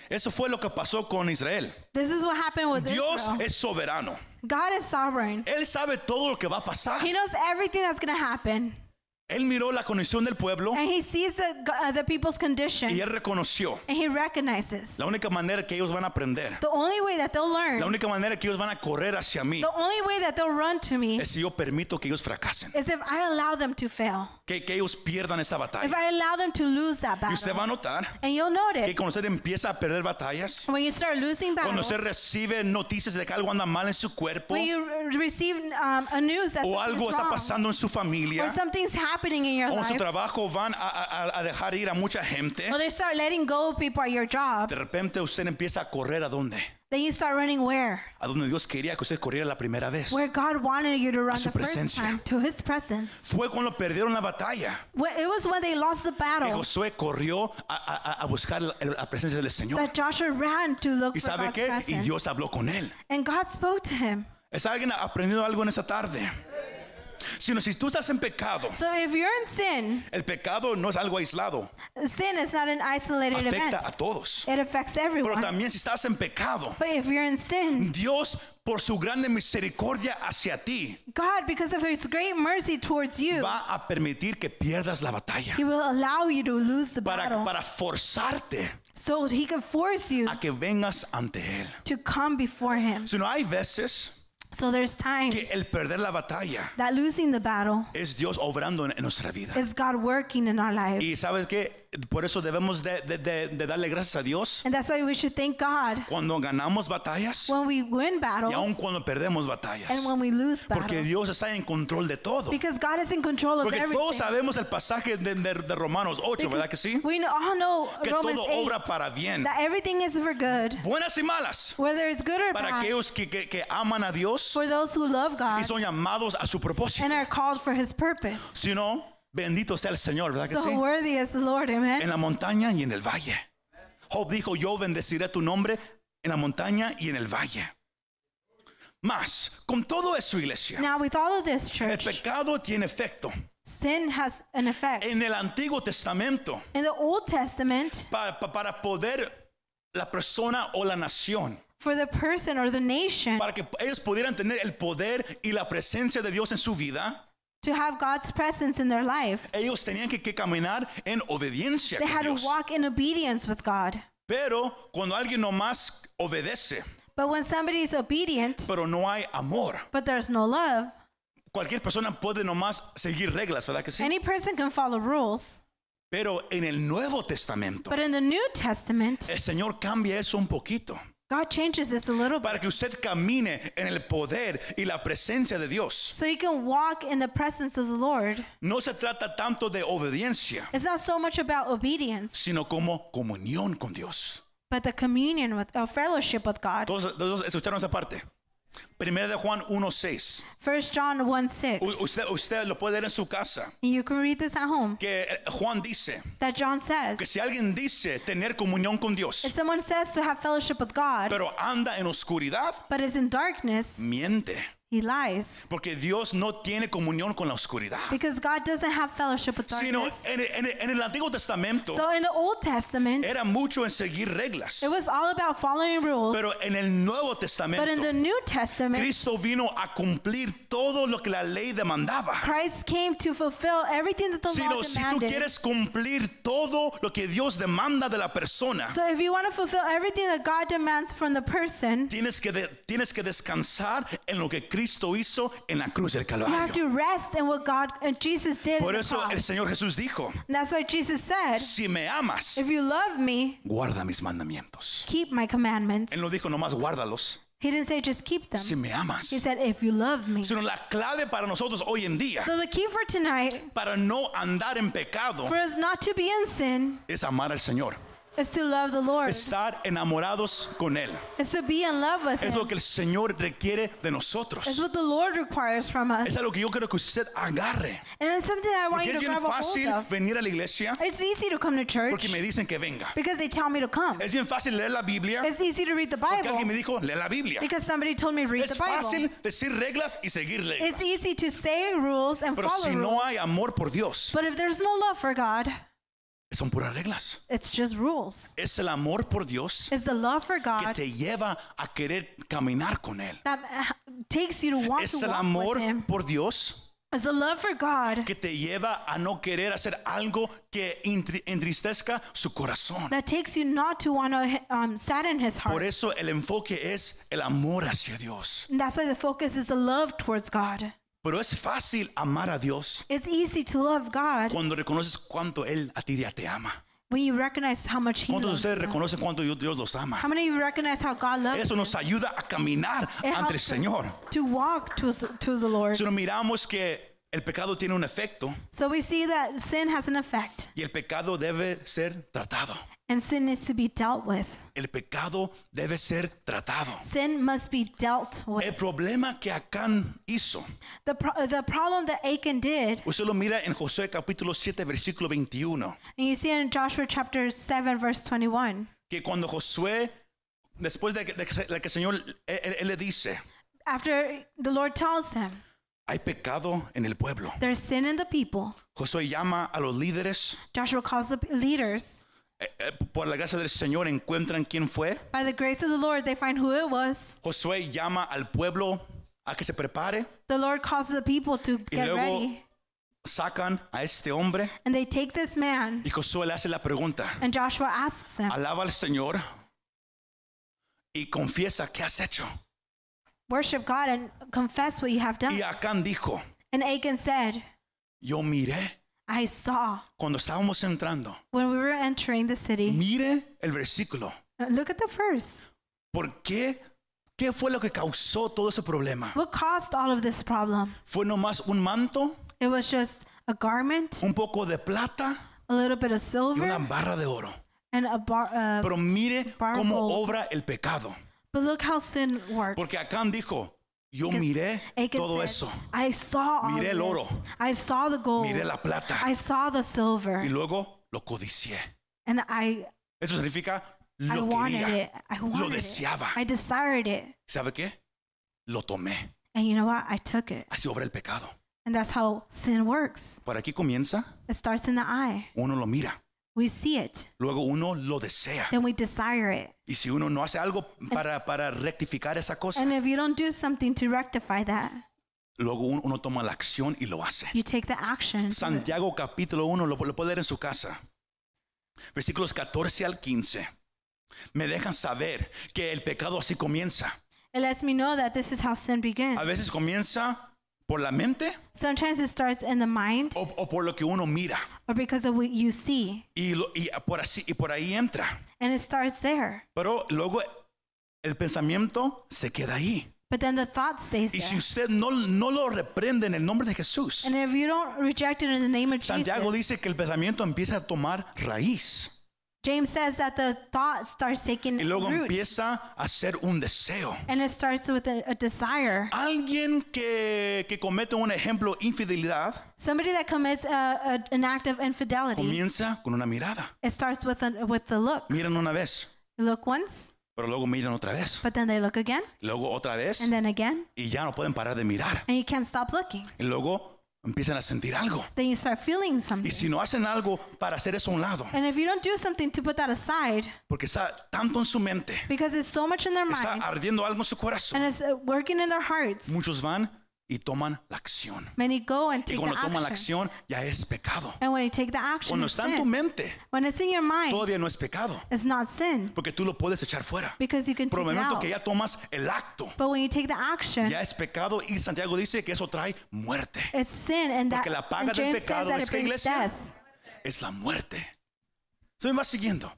B: Eso fue lo que pasó con Israel.
C: This is what happened with
B: Dios
C: Israel.
B: es soberano.
C: God is sovereign.
B: Él sabe todo lo que va a pasar.
C: He knows everything that's going to happen.
B: Él miró la condición del pueblo
C: And he sees the, uh, the people's condition
B: y él reconoció
C: and he recognizes.
B: la única manera que ellos van a aprender,
C: The only way that they'll learn,
B: la única manera que ellos van a correr hacia mí
C: the only way that they'll run to me
B: es si yo permito que ellos fracasen,
C: is if I allow them to fail,
B: que, que ellos pierdan esa
C: if
B: batalla.
C: I allow them to lose that
B: Y usted va a
C: battle.
B: notar
C: And you'll notice
B: que cuando usted empieza a perder batallas,
C: when you start losing
B: cuando
C: battles,
B: usted recibe noticias de que algo anda mal en su cuerpo
C: when you re- receive um, a news that
B: o
C: something's
B: algo está
C: wrong,
B: pasando en su
C: or
B: familia
C: something's happening in your
B: o en su
C: life, Oh,
B: trabajo, van a, a- a dejar ir a mucha gente.
C: or they start letting go of people at your job,
B: De repente usted empieza a correr a dónde?
C: then you start running where?
B: A donde Dios quería que usted corriera la primera vez.
C: Where God wanted you to run
B: su
C: the first
B: presencia.
C: time, to His presence.
B: Fue cuando perdieron la batalla.
C: Wh- It was when they lost the
B: que
C: battle
B: Josué corrió a, a- a- a buscar la, la presencia del Señor.
C: that Joshua ran to look
B: ¿Y
C: for
B: sabe
C: God's
B: qué? Y
C: presence.
B: Dios habló con él.
C: And God spoke to him.
B: ¿Es alguien aprendiendo algo en esta tarde? Sino si tú estás en pecado,
C: So if you're in sin,
B: el pecado no es algo aislado,
C: sin is not an isolated event.
B: afecta a todos.
C: It affects
B: Pero
C: everyone.
B: también Mm. si estás en pecado,
C: But if you're in sin,
B: Dios por su grande misericordia hacia ti
C: God, because of his great mercy towards you,
B: va a permitir que pierdas la batalla
C: he will allow you to lose the
B: para,
C: battle.
B: para forzarte
C: So he can force you
B: a que vengas ante Él.
C: to come before him.
B: Si no hay veces
C: So there's
B: que
C: times
B: el perder la batalla
C: that losing the battle
B: es Dios obrando en en nuestra vida.
C: is God working in our lives.
B: Y sabes que por eso debemos de, de- de- de darle gracias a Dios
C: And that's why we should thank God
B: cuando ganamos batallas
C: when we
B: y
C: win
B: aun
C: battles
B: cuando perdemos
C: and
B: batallas.
C: when we lose
B: Porque
C: battles.
B: Dios está en control de todo.
C: Because God is in control of
B: Porque todos
C: everything.
B: sabemos el pasaje de, de- de Romanos 8, ¿verdad que sí?
C: We all know
B: Que
C: Romans
B: todo
C: 8,
B: obra para bien,
C: that everything is for good,
B: buenas y malas,
C: whether it's good or
B: para
C: bad,
B: aquellos que, que- que aman a Dios
C: for those who love
B: y
C: God
B: son llamados a su propósito.
C: and are called for his purpose.
B: Si no, bendito sea el Señor, ¿verdad que sí?
C: So worthy is the Lord,
B: En
C: amen.
B: la montaña y en el valle. Job dijo, yo bendeciré tu nombre en la montaña y en el valle. Más, con todo eso, iglesia,
C: Now, with all of this,
B: el
C: church,
B: pecado tiene efecto.
C: sin has an effect.
B: En el Antiguo Testamento,
C: In the Old Testament,
B: pa- pa- para, poder la persona o la nación,
C: for the person or the nation
B: para que ellos pudieran tener el poder y la presencia de Dios en su vida,
C: to have God's presence in their life,
B: ellos tenían que, que caminar en obediencia.
C: they
B: con
C: had to
B: Dios.
C: walk in obedience with God.
B: Pero cuando alguien nomás obedece,
C: But when somebody is obedient,
B: pero no hay amor,
C: but there's no love,
B: Cualquier persona puede nomás seguir reglas, ¿verdad que sí?
C: Any person can follow rules,
B: Pero en el Nuevo Testamento,
C: but in the New Testament,
B: el Señor cambia eso un poquito
C: God changes this a little bit
B: para que usted camine en el poder y la presencia de Dios.
C: so you can walk in the presence of the Lord.
B: No se trata tanto de obediencia,
C: It's not so much about obedience,
B: sino como comunión con Dios.
C: but the communion with, or fellowship with God.
B: Todos, todos escucharon esa parte. Primera de Juan 1:6.
C: First John 1 6.
B: U- Usted, usted lo puede leer en su casa.
C: And you can read this at home.
B: Que eh, Juan dice
C: That John says,
B: que si alguien dice tener comunión con
C: if
B: Dios,
C: someone says to have fellowship with God,
B: pero anda en oscuridad,
C: but is in darkness,
B: miente.
C: he lies.
B: Porque Dios no tiene comunión con la oscuridad.
C: Because God doesn't have fellowship with
B: Sino
C: darkness.
B: en, en- en el Antiguo Testamento
C: So in the Old Testament,
B: era mucho en seguir reglas.
C: it was all about following rules.
B: Pero en el Nuevo
C: But in the
B: Testamento,
C: New Testament,
B: Cristo vino a cumplir todo lo que la ley demandaba.
C: Christ came to fulfill everything that the law
B: Sino si tú
C: demanded.
B: quieres cumplir todo lo que Dios demanda de la persona,
C: So if you want to fulfill everything that God demands from the person,
B: tienes que, de- tienes que descansar en lo que Cristo hizo en la cruz del
C: you have
B: Calvario.
C: to rest in what God and Jesus did. in
B: Por
C: the
B: eso el
C: cross.
B: Señor Jesús dijo,
C: And that's why Jesus said,
B: si me amas,
C: if you love me,
B: guarda mis mandamientos.
C: keep my commandments.
B: Él no dijo nomás guárdalos,
C: He didn't say just keep them.
B: si me amas.
C: He said, if you love me.
B: Sino la clave para nosotros hoy en día,
C: So the key for tonight,
B: para no andar en pecado,
C: for us not to be in sin,
B: es amar al Señor.
C: is to love the Lord. Is
B: Estar enamorados con Él.
C: to be in love with
B: Es lo
C: Him.
B: que el Señor requiere de
C: It's
B: nosotros.
C: what the Lord requires from us.
B: Es algo que yo quiero que usted agarre.
C: And it's something I want
B: Porque
C: you
B: es
C: to
B: bien
C: grab a hold
B: fácil
C: of.
B: venir a la iglesia
C: It's easy to come to
B: porque
C: church
B: me dicen que venga.
C: because they tell me to come.
B: Es bien fácil leer la Biblia
C: It's easy to read the
B: porque
C: Bible
B: alguien me dijo, lee la Biblia.
C: because somebody told me to read the
B: Es
C: Bible.
B: fácil decir reglas y seguir reglas.
C: It's easy to say rules and
B: Pero
C: follow
B: si
C: rules.
B: no hay amor por Dios,
C: But if there's no love for God,
B: son puras reglas.
C: it's just rules.
B: Es el amor por Dios
C: It's the love for
B: que
C: God
B: te lleva a querer caminar con Él.
C: that uh, takes you to want
B: Es
C: to
B: el
C: walk
B: amor
C: with Him.
B: por Dios
C: It's the love for God
B: que te lleva a no querer hacer algo que entri- entristezca su corazón.
C: that takes you not to want to um, sadden His
B: Por
C: heart.
B: eso el enfoque es el amor hacia Dios.
C: And that's why the focus is the love towards God.
B: Pero es fácil amar a Dios
C: It's easy to love God
B: cuando reconoces cuánto Él a ti ya te ama.
C: when you recognize how much He
B: ¿Cuántos de
C: loves
B: ustedes
C: you.
B: reconocen cuánto Dios- Dios los ama?
C: How many of you recognize how God loves
B: Eso
C: you?
B: nos ayuda a caminar
C: It
B: ante el
C: helps us
B: Señor.
C: to walk to, to the Lord.
B: Si no miramos que el pecado tiene un efecto
C: So we see that sin has an effect,
B: y el pecado debe ser tratado.
C: and sin needs to be dealt with.
B: El pecado debe ser tratado.
C: Sin must be dealt
B: El
C: with.
B: problema que Acán hizo,
C: The, pro- the problem that Achan did,
B: usted lo mira en Josué capítulo 7 versículo 21,
C: and you see it in Joshua chapter 7, verse 21.
B: que cuando Josué, después de que, de que- de que el Señor, él- él- él le dice,
C: After the Lord tells him,
B: hay pecado en el pueblo.
C: there's sin in the people,
B: Josué llama a los líderes,
C: Joshua calls the leaders.
B: eh, eh, por la gracia del Señor encuentran quién fue.
C: By the grace of the Lord, they find who it was.
B: Josué llama al pueblo a que se prepare,
C: The Lord calls the people to get
B: luego-
C: ready,
B: sacan a este hombre
C: and they take this man,
B: y Josué le hace la pregunta,
C: and Joshua asks him,
B: alaba al Señor y confiesa qué has hecho.
C: Worship God and confess what you have done.
B: Y Acán dijo,
C: And Achan said,
B: yo miré
C: I saw
B: cuando estábamos entrando.
C: when we were entering the city.
B: Mire el versículo.
C: Look at the verse.
B: ¿Por qué? ¿Qué fue lo que causó todo ese problema?
C: What caused all of this problem?
B: ¿Fue nomás un manto,
C: It was just a garment,
B: un poco de plata
C: a little bit of
B: y una
C: silver,
B: barra de oro?
C: and a bar. Uh,
B: Pero mire cómo obra el pecado.
C: but look how sin works.
B: Porque Acán dijo, yo miré todo
C: Achan said,
B: eso.
C: I saw all
B: Miré el oro.
C: of this. I saw the gold.
B: Miré la plata
C: I saw the silver,
B: y luego lo codicié.
C: and I
B: Eso significa
C: I
B: lo
C: wanted
B: quería.
C: it. I wanted it.
B: deseaba.
C: I desired it,
B: ¿Sabe qué? Lo tomé.
C: and you know what? I took it,
B: Así obra el pecado.
C: and that's how sin works.
B: Por aquí comienza,
C: It starts in the eye.
B: uno lo mira,
C: We see it,
B: luego uno lo desea.
C: then we desire it.
B: Y si uno no hace algo para, para rectificar esa cosa,
C: And if you don't do something to rectify that,
B: luego un- uno toma la acción y lo hace.
C: you take the action.
B: Santiago capítulo 1, lo, lo puede leer en su casa. Versículos 14 al 15. Me dejan saber que el pecado así comienza.
C: It lets me know that this is how sin begins.
B: A veces comienza por la mente
C: Sometimes it starts in the mind
B: o, o por lo que uno mira.
C: or because of what you see,
B: Y, lo- y por así, y por ahí entra.
C: and it starts there.
B: Pero luego el pensamiento se queda ahí.
C: But then the thought stays
B: Y si
C: there.
B: usted no, no lo reprende en el nombre de Jesús,
C: And if you don't reject it in the name of
B: Santiago
C: Jesus,
B: dice que el pensamiento empieza a tomar raíz.
C: James says that the thought starts taking
B: Y luego
C: root,
B: empieza a ser un deseo.
C: and it starts with a, a desire.
B: Alguien que, que comete un ejemplo infidelidad
C: Somebody that commits a, a, an act of infidelity,
B: comienza con una mirada.
C: it starts with a, with the look.
B: Miran una vez,
C: You look once,
B: pero luego miran otra vez.
C: but then they look again,
B: Luego otra vez
C: and then again,
B: y ya no pueden parar de mirar.
C: and you can't stop looking.
B: Y luego empiezan a sentir algo.
C: Then you start feeling
B: Y
C: something.
B: si no hacen algo para hacer eso a un lado,
C: And if you don't do something to put that aside,
B: porque está tanto en su mente,
C: because it's so much in their
B: está
C: mind
B: ardiendo algo en su corazón,
C: and it's uh, working in their hearts,
B: muchos van y toman la acción.
C: many go and
B: Y
C: take
B: cuando
C: the
B: toman la
C: action.
B: acción ya es pecado.
C: And when you take the action,
B: Cuando
C: it's
B: está en tu
C: sin.
B: mente,
C: when it's in your mind,
B: todavía no es pecado,
C: it's not sin
B: porque tú lo puedes echar fuera.
C: because you can
B: Por
C: take
B: el
C: it
B: momento
C: out.
B: que ya tomas el acto,
C: But when you take the action,
B: ya es pecado y Santiago dice que eso trae muerte.
C: it's sin, and that
B: Porque la paga
C: and
B: del
C: James
B: pecado
C: says that
B: es
C: it
B: que,
C: brings
B: iglesia?
C: death.
B: Es la muerte. Se me va siguiendo.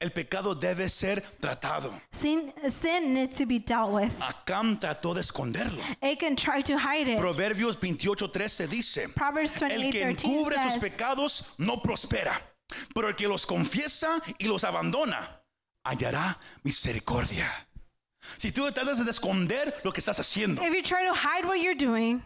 B: El pecado debe ser tratado.
C: Sin, sin needs to be dealt
B: Ah.
C: with.
B: Acam trató de esconderlo.
C: It can try to hide it.
B: Proverbios 28:13 dice,
C: Proverbs
B: el que
C: 28:13
B: encubre sus
C: says,
B: pecados no prospera, pero el que los confiesa y los abandona hallará misericordia. Si tú tratas de esconder lo que estás haciendo,
C: if you try to hide what you're doing,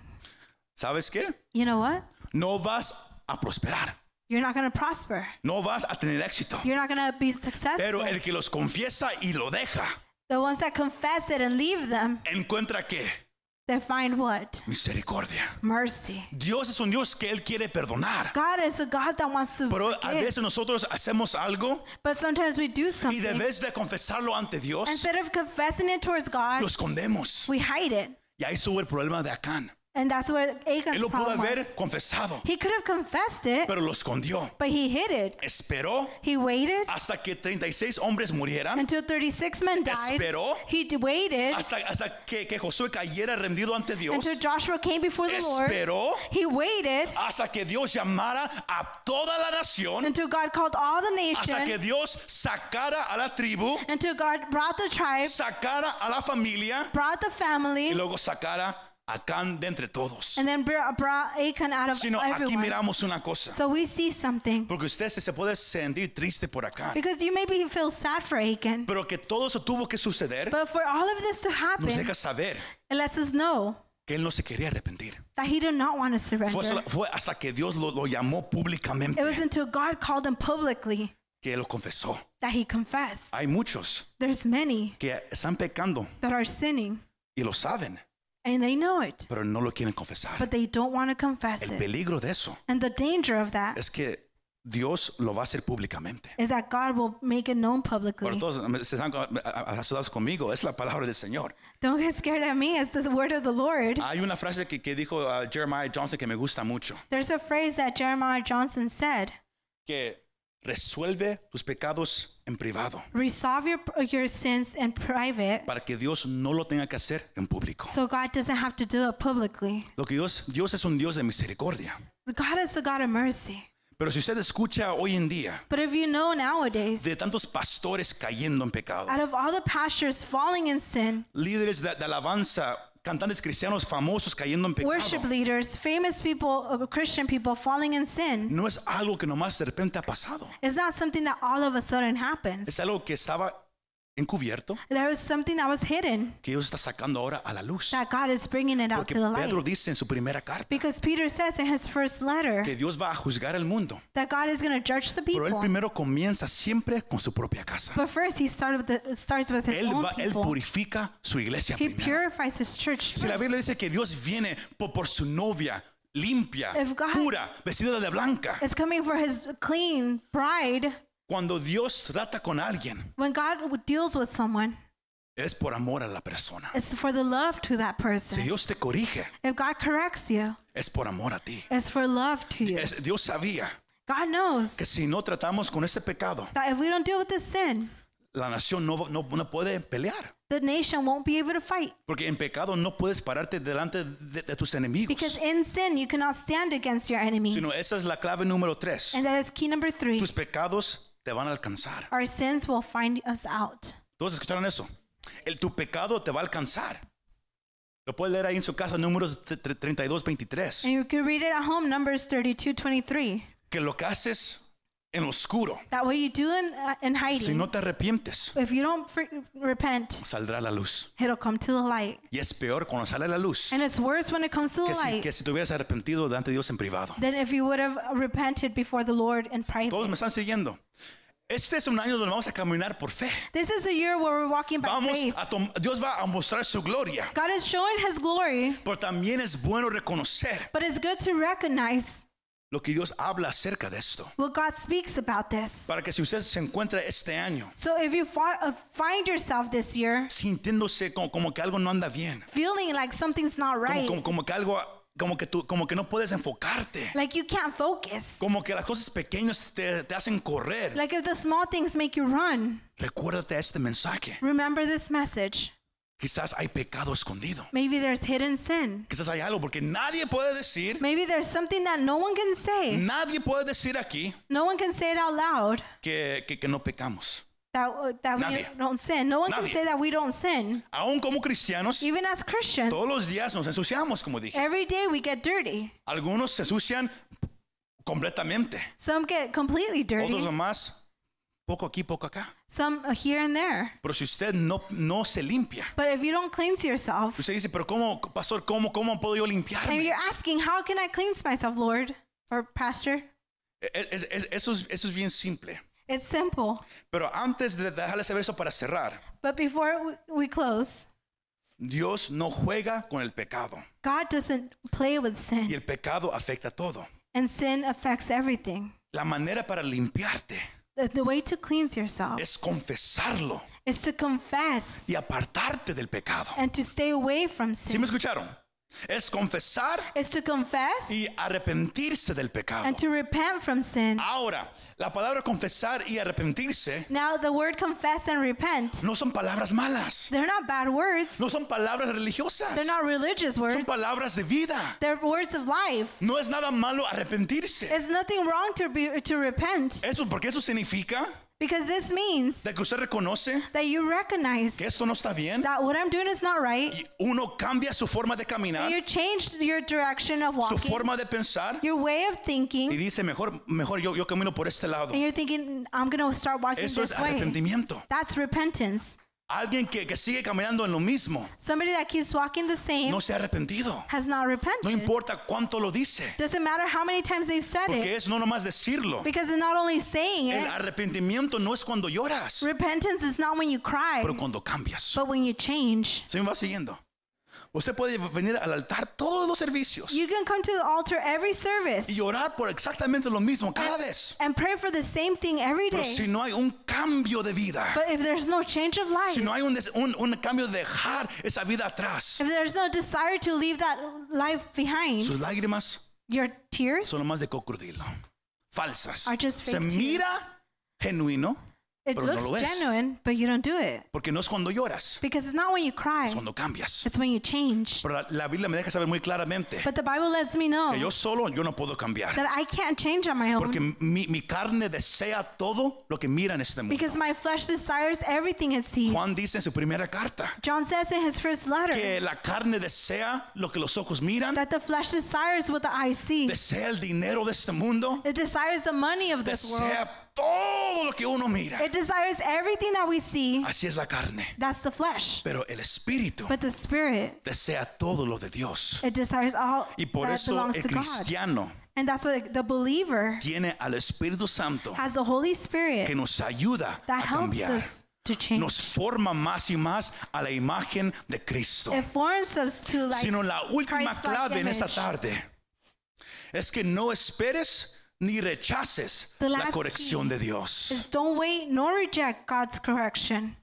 B: ¿sabes qué?
C: you know what?
B: No vas a prosperar,
C: You're not going to prosper.
B: no vas a tener éxito.
C: You're not going to be successful.
B: Pero el que los confiesa y lo deja,
C: the ones that confess it and leave them,
B: encuentra qué?
C: they find what?
B: Misericordia.
C: Mercy.
B: Dios es un Dios que Él quiere perdonar.
C: God is a God that wants to
B: Pero a
C: forgive.
B: veces nosotros hacemos algo
C: But sometimes we do
B: y
C: something.
B: debes de confesarlo ante Dios,
C: Instead of confessing it towards God,
B: lo escondemos.
C: we hide it.
B: Y ahí estuvo el problema de Acán.
C: And that's where
B: Él
C: Achan's
B: lo pudo
C: problem
B: haber
C: was.
B: confesado,
C: He could have confessed it,
B: pero lo escondió.
C: but he hid it.
B: Esperó
C: He waited
B: hasta que 36 hombres murieran.
C: until 36 men died.
B: Esperó
C: He d- waited
B: hasta, hasta que, que Josué cayera rendido ante Dios.
C: until Joshua came before the Lord.
B: Esperó Ah.
C: He waited
B: hasta que Dios llamara a toda la nación.
C: until God called all the
B: Hasta que
C: nation,
B: Dios sacara a la tribu,
C: until God brought the tribe,
B: sacara a la familia
C: brought the family,
B: y luego sacara a Acán de entre todos.
C: and then br- brought Achan out of
B: Sino aquí
C: everyone.
B: miramos una cosa.
C: So we see something.
B: Porque usted se se puede sentir triste por acá.
C: Because you maybe feel sad for Achan.
B: Pero que todo eso tuvo que suceder
C: But for all of this to
B: nos
C: happen,
B: deja saber
C: it lets us know
B: que él no se quería arrepentir.
C: that he did not want to
B: Fue
C: surrender.
B: hasta, fue hasta que Dios lo, lo llamó públicamente
C: It was until God called him publicly
B: que él lo confesó.
C: that he confessed.
B: Hay muchos
C: There's many
B: que están pecando
C: that are sinning
B: y lo saben,
C: and they know it,
B: pero no lo quieren confesar.
C: but they don't want to confess
B: El
C: it.
B: peligro de eso
C: And the danger of that
B: es que Dios lo va a hacer públicamente.
C: is that God will make it known
B: Por
C: publicly.
B: todos me- se están co- a- a- asustados conmigo, es la palabra del Señor.
C: Don't get scared at me. It's the word of the Lord.
B: Hay una frase que, que dijo ah, Jeremiah Johnson que me gusta mucho,
C: There's a phrase that Jeremiah Johnson said
B: que resuelve tus pecados en privado
C: resolve your, your sins in private
B: para que Dios no lo tenga que hacer en público.
C: so God doesn't have to do it publicly.
B: Lo que Dios, Dios es un Dios de misericordia.
C: God is the God of mercy.
B: Pero si usted escucha hoy en día
C: But if you know nowadays,
B: de tantos pastores cayendo en pecado,
C: out of all the pastures falling in sin,
B: líderes de, de alabanza, cantantes cristianos famosos cayendo en
C: worship
B: pecado,
C: leaders, famous people, uh, Christian people falling in sin,
B: no es algo que nomás de repente ha pasado.
C: it's not something that all of a sudden happens.
B: Es algo que estaba encubierto,
C: There was something that was hidden
B: que Dios está sacando ahora a la luz.
C: that God is bringing it out
B: Porque
C: to the light.
B: Pedro dice en su primera carta
C: Because Peter says in his first letter
B: que Dios va a juzgar al mundo.
C: that God is going to judge the
B: Pero él
C: people.
B: primero comienza siempre con su propia casa.
C: But first, he started with the, starts with his
B: Él,
C: own
B: va- él
C: people.
B: purifica su iglesia
C: He
B: primero.
C: purifies his church
B: Si la
C: first.
B: Biblia dice que Dios viene po- por, su novia limpia,
C: If God-
B: pura, vestida de blanca,
C: It's coming for his clean bride.
B: cuando Dios trata con alguien,
C: When God w- deals with someone,
B: es por amor a la persona.
C: it's for the love to that
B: Si
C: person.
B: Dios te corrige,
C: If God corrects you,
B: es por amor a ti.
C: it's for love to you.
B: Es- Dios sabía
C: God knows
B: que si no tratamos con este pecado,
C: that if we don't deal with this sin,
B: la nación no, no, no puede pelear.
C: The nation won't be able to fight
B: Porque en pecado no puedes pararte delante de, de tus
C: because
B: enemigos.
C: in sin you cannot stand against your enemy.
B: Sino esa es la clave número tres.
C: And that is key number three.
B: Tus pecados te van a alcanzar.
C: Our sins will find us out.
B: ¿Todos escucharon eso? El, tu pecado te va a alcanzar. Lo puedes leer ahí en su casa, números tre- tre- 32, 23.
C: And you can read it at home, Numbers 32, 23.
B: Que lo que haces en lo oscuro,
C: That what you do in, uh, in
B: si
C: hiding,
B: no te arrepientes,
C: if you don't fr- repent,
B: saldrá a la luz.
C: it'll come to the light.
B: Y es peor cuando sale a la luz
C: And it's worse when it comes to the
B: que si,
C: light
B: que si te hubieras arrepentido delante de Dios en privado.
C: than if you would have repented before the Lord in
B: Todos
C: private.
B: me están siguiendo. Este es un año donde vamos a caminar por fe.
C: This is a year where we're walking by
B: Vamos
C: faith.
B: a tom- Dios va a mostrar su gloria.
C: God is showing his glory,
B: Pero también es bueno reconocer
C: but it's good to recognize
B: lo que Dios habla acerca de esto.
C: what God speaks about this.
B: Para que si usted se encuentra este año
C: So if you fi- uh, find yourself this year
B: sintiéndose como, como que algo no anda bien,
C: feeling like something's not
B: como,
C: right,
B: como, como que algo, como que tú, como que no puedes enfocarte,
C: like you can't focus,
B: como que las cosas pequeñas te, te hacen correr,
C: like if the small things make you run,
B: recuérdate a este mensaje.
C: remember this message.
B: Quizás hay pecado escondido.
C: Maybe there's hidden sin.
B: Quizás hay algo porque nadie puede decir,
C: Maybe there's something that no one can say.
B: nadie puede decir aquí
C: No one can say it out loud
B: que, que, que no pecamos.
C: that, uh, that
B: Nadie.
C: we don't sin. No one can
B: Nadie.
C: say that we don't sin.
B: Aún como cristianos,
C: Even as Christians,
B: todos los días nos ensuciamos, como dije.
C: every day we get dirty.
B: Algunos se ensucian completamente,
C: Some get completely
B: otros
C: dirty,
B: nomás poco aquí, poco acá.
C: some uh, here and there.
B: Pero si usted no, no se limpia,
C: But if you don't cleanse yourself,
B: Usted dice, pero ¿cómo, pastor, cómo, cómo puedo yo
C: and
B: limpiarme?
C: you're asking, How can I cleanse myself, Lord or Pastor?
B: E- es- es- eso, es, eso es bien simple.
C: It's simple.
B: Pero antes de dejarle saber eso para cerrar,
C: But before we- we close,
B: Dios no juega con el pecado.
C: God doesn't play with
B: Y
C: sin,
B: el pecado afecta todo.
C: and sin affects everything.
B: La manera para limpiarte
C: The, the way to cleanse yourself
B: es confesarlo
C: is to confess
B: y apartarte del pecado.
C: and to stay away from
B: ¿Sí me
C: sin.
B: escucharon? Es confesar
C: It's to confess
B: y arrepentirse del pecado.
C: and to repent from sin.
B: Ahora, la palabra confesar y arrepentirse
C: Now, the word confess and repent,
B: no son palabras malas,
C: they're not bad words,
B: no son palabras religiosas,
C: they're not religious
B: son
C: words,
B: palabras de vida.
C: they're words of life.
B: No es nada malo arrepentirse.
C: It's nothing wrong to, be, to repent
B: Eso porque eso significa
C: because this means
B: de que usted reconoce
C: that you recognize
B: que esto no está bien
C: that what I'm doing is not right.
B: y uno cambia su forma de
C: And
B: caminar,
C: you changed your direction of
B: su
C: walking,
B: forma de pensar
C: your way of
B: y
C: thinking,
B: dice mejor mejor yo yo camino por este lado.
C: and you're thinking, I'm going to start walking
B: Eso es
C: this way.
B: arrepentimiento.
C: That's repentance.
B: Alguien que, que sigue caminando en lo mismo
C: Somebody that keeps walking the same
B: no se ha arrepentido.
C: has not
B: No
C: repented.
B: importa cuánto lo dice,
C: Doesn't matter how many times they've said
B: porque
C: it,
B: es no nomás decirlo.
C: because it's not only saying
B: El
C: it.
B: arrepentimiento no es cuando lloras,
C: Repentance is not when you cry,
B: pero cuando cambias.
C: but when you change.
B: Se me va siguiendo. Usted puede venir al altar todos los servicios.
C: You can come to the altar every service
B: y orar por exactamente lo mismo cada vez.
C: and pray for the same thing every
B: Pero
C: day.
B: si no hay un cambio de vida,
C: But if there's no change of life,
B: si no hay un, des- un- un cambio de dejar esa vida atrás,
C: if there's no desire to leave that life behind,
B: sus lágrimas
C: your tears,
B: son más de cocodrilo, falsas.
C: Are just
B: Se
C: fake tears.
B: mira genuino,
C: it
B: pero no
C: looks
B: lo es.
C: genuine, but you don't do it.
B: porque no es cuando lloras,
C: Because it's not when you cry,
B: es cuando cambias.
C: it's when you change.
B: Pero la, la Biblia me deja saber muy claramente
C: But the Bible lets me know
B: que yo solo yo no puedo cambiar,
C: that I can't change on my own
B: porque mi, mi carne desea todo lo que mira en este mundo.
C: because my flesh desires everything it sees.
B: Juan dice en su primera carta
C: John says in his first letter
B: que la carne desea lo que los ojos miran,
C: that the flesh desires what the eye sees,
B: desea el dinero de este mundo,
C: it desires the money of this world,
B: desea todo lo que uno mira.
C: it desires everything that we see.
B: Así es la carne.
C: That's the flesh.
B: Pero el espíritu
C: But the spirit,
B: desea todo lo de Dios.
C: it desires all
B: Y por
C: that
B: eso
C: belongs
B: el
C: to God.
B: cristiano
C: And that's what the believer
B: tiene al Espíritu Santo
C: has the Holy Spirit
B: que nos ayuda a
C: that helps
B: cambiar.
C: us to change.
B: Nos forma más y más a la imagen de Cristo.
C: It forms us to like
B: Sino la última
C: Christ-like
B: clave en esta
C: image.
B: tarde es que no esperes ni rechaces
C: The
B: la
C: last
B: corrección
C: key
B: de Dios.
C: is don't wait nor reject God's correction.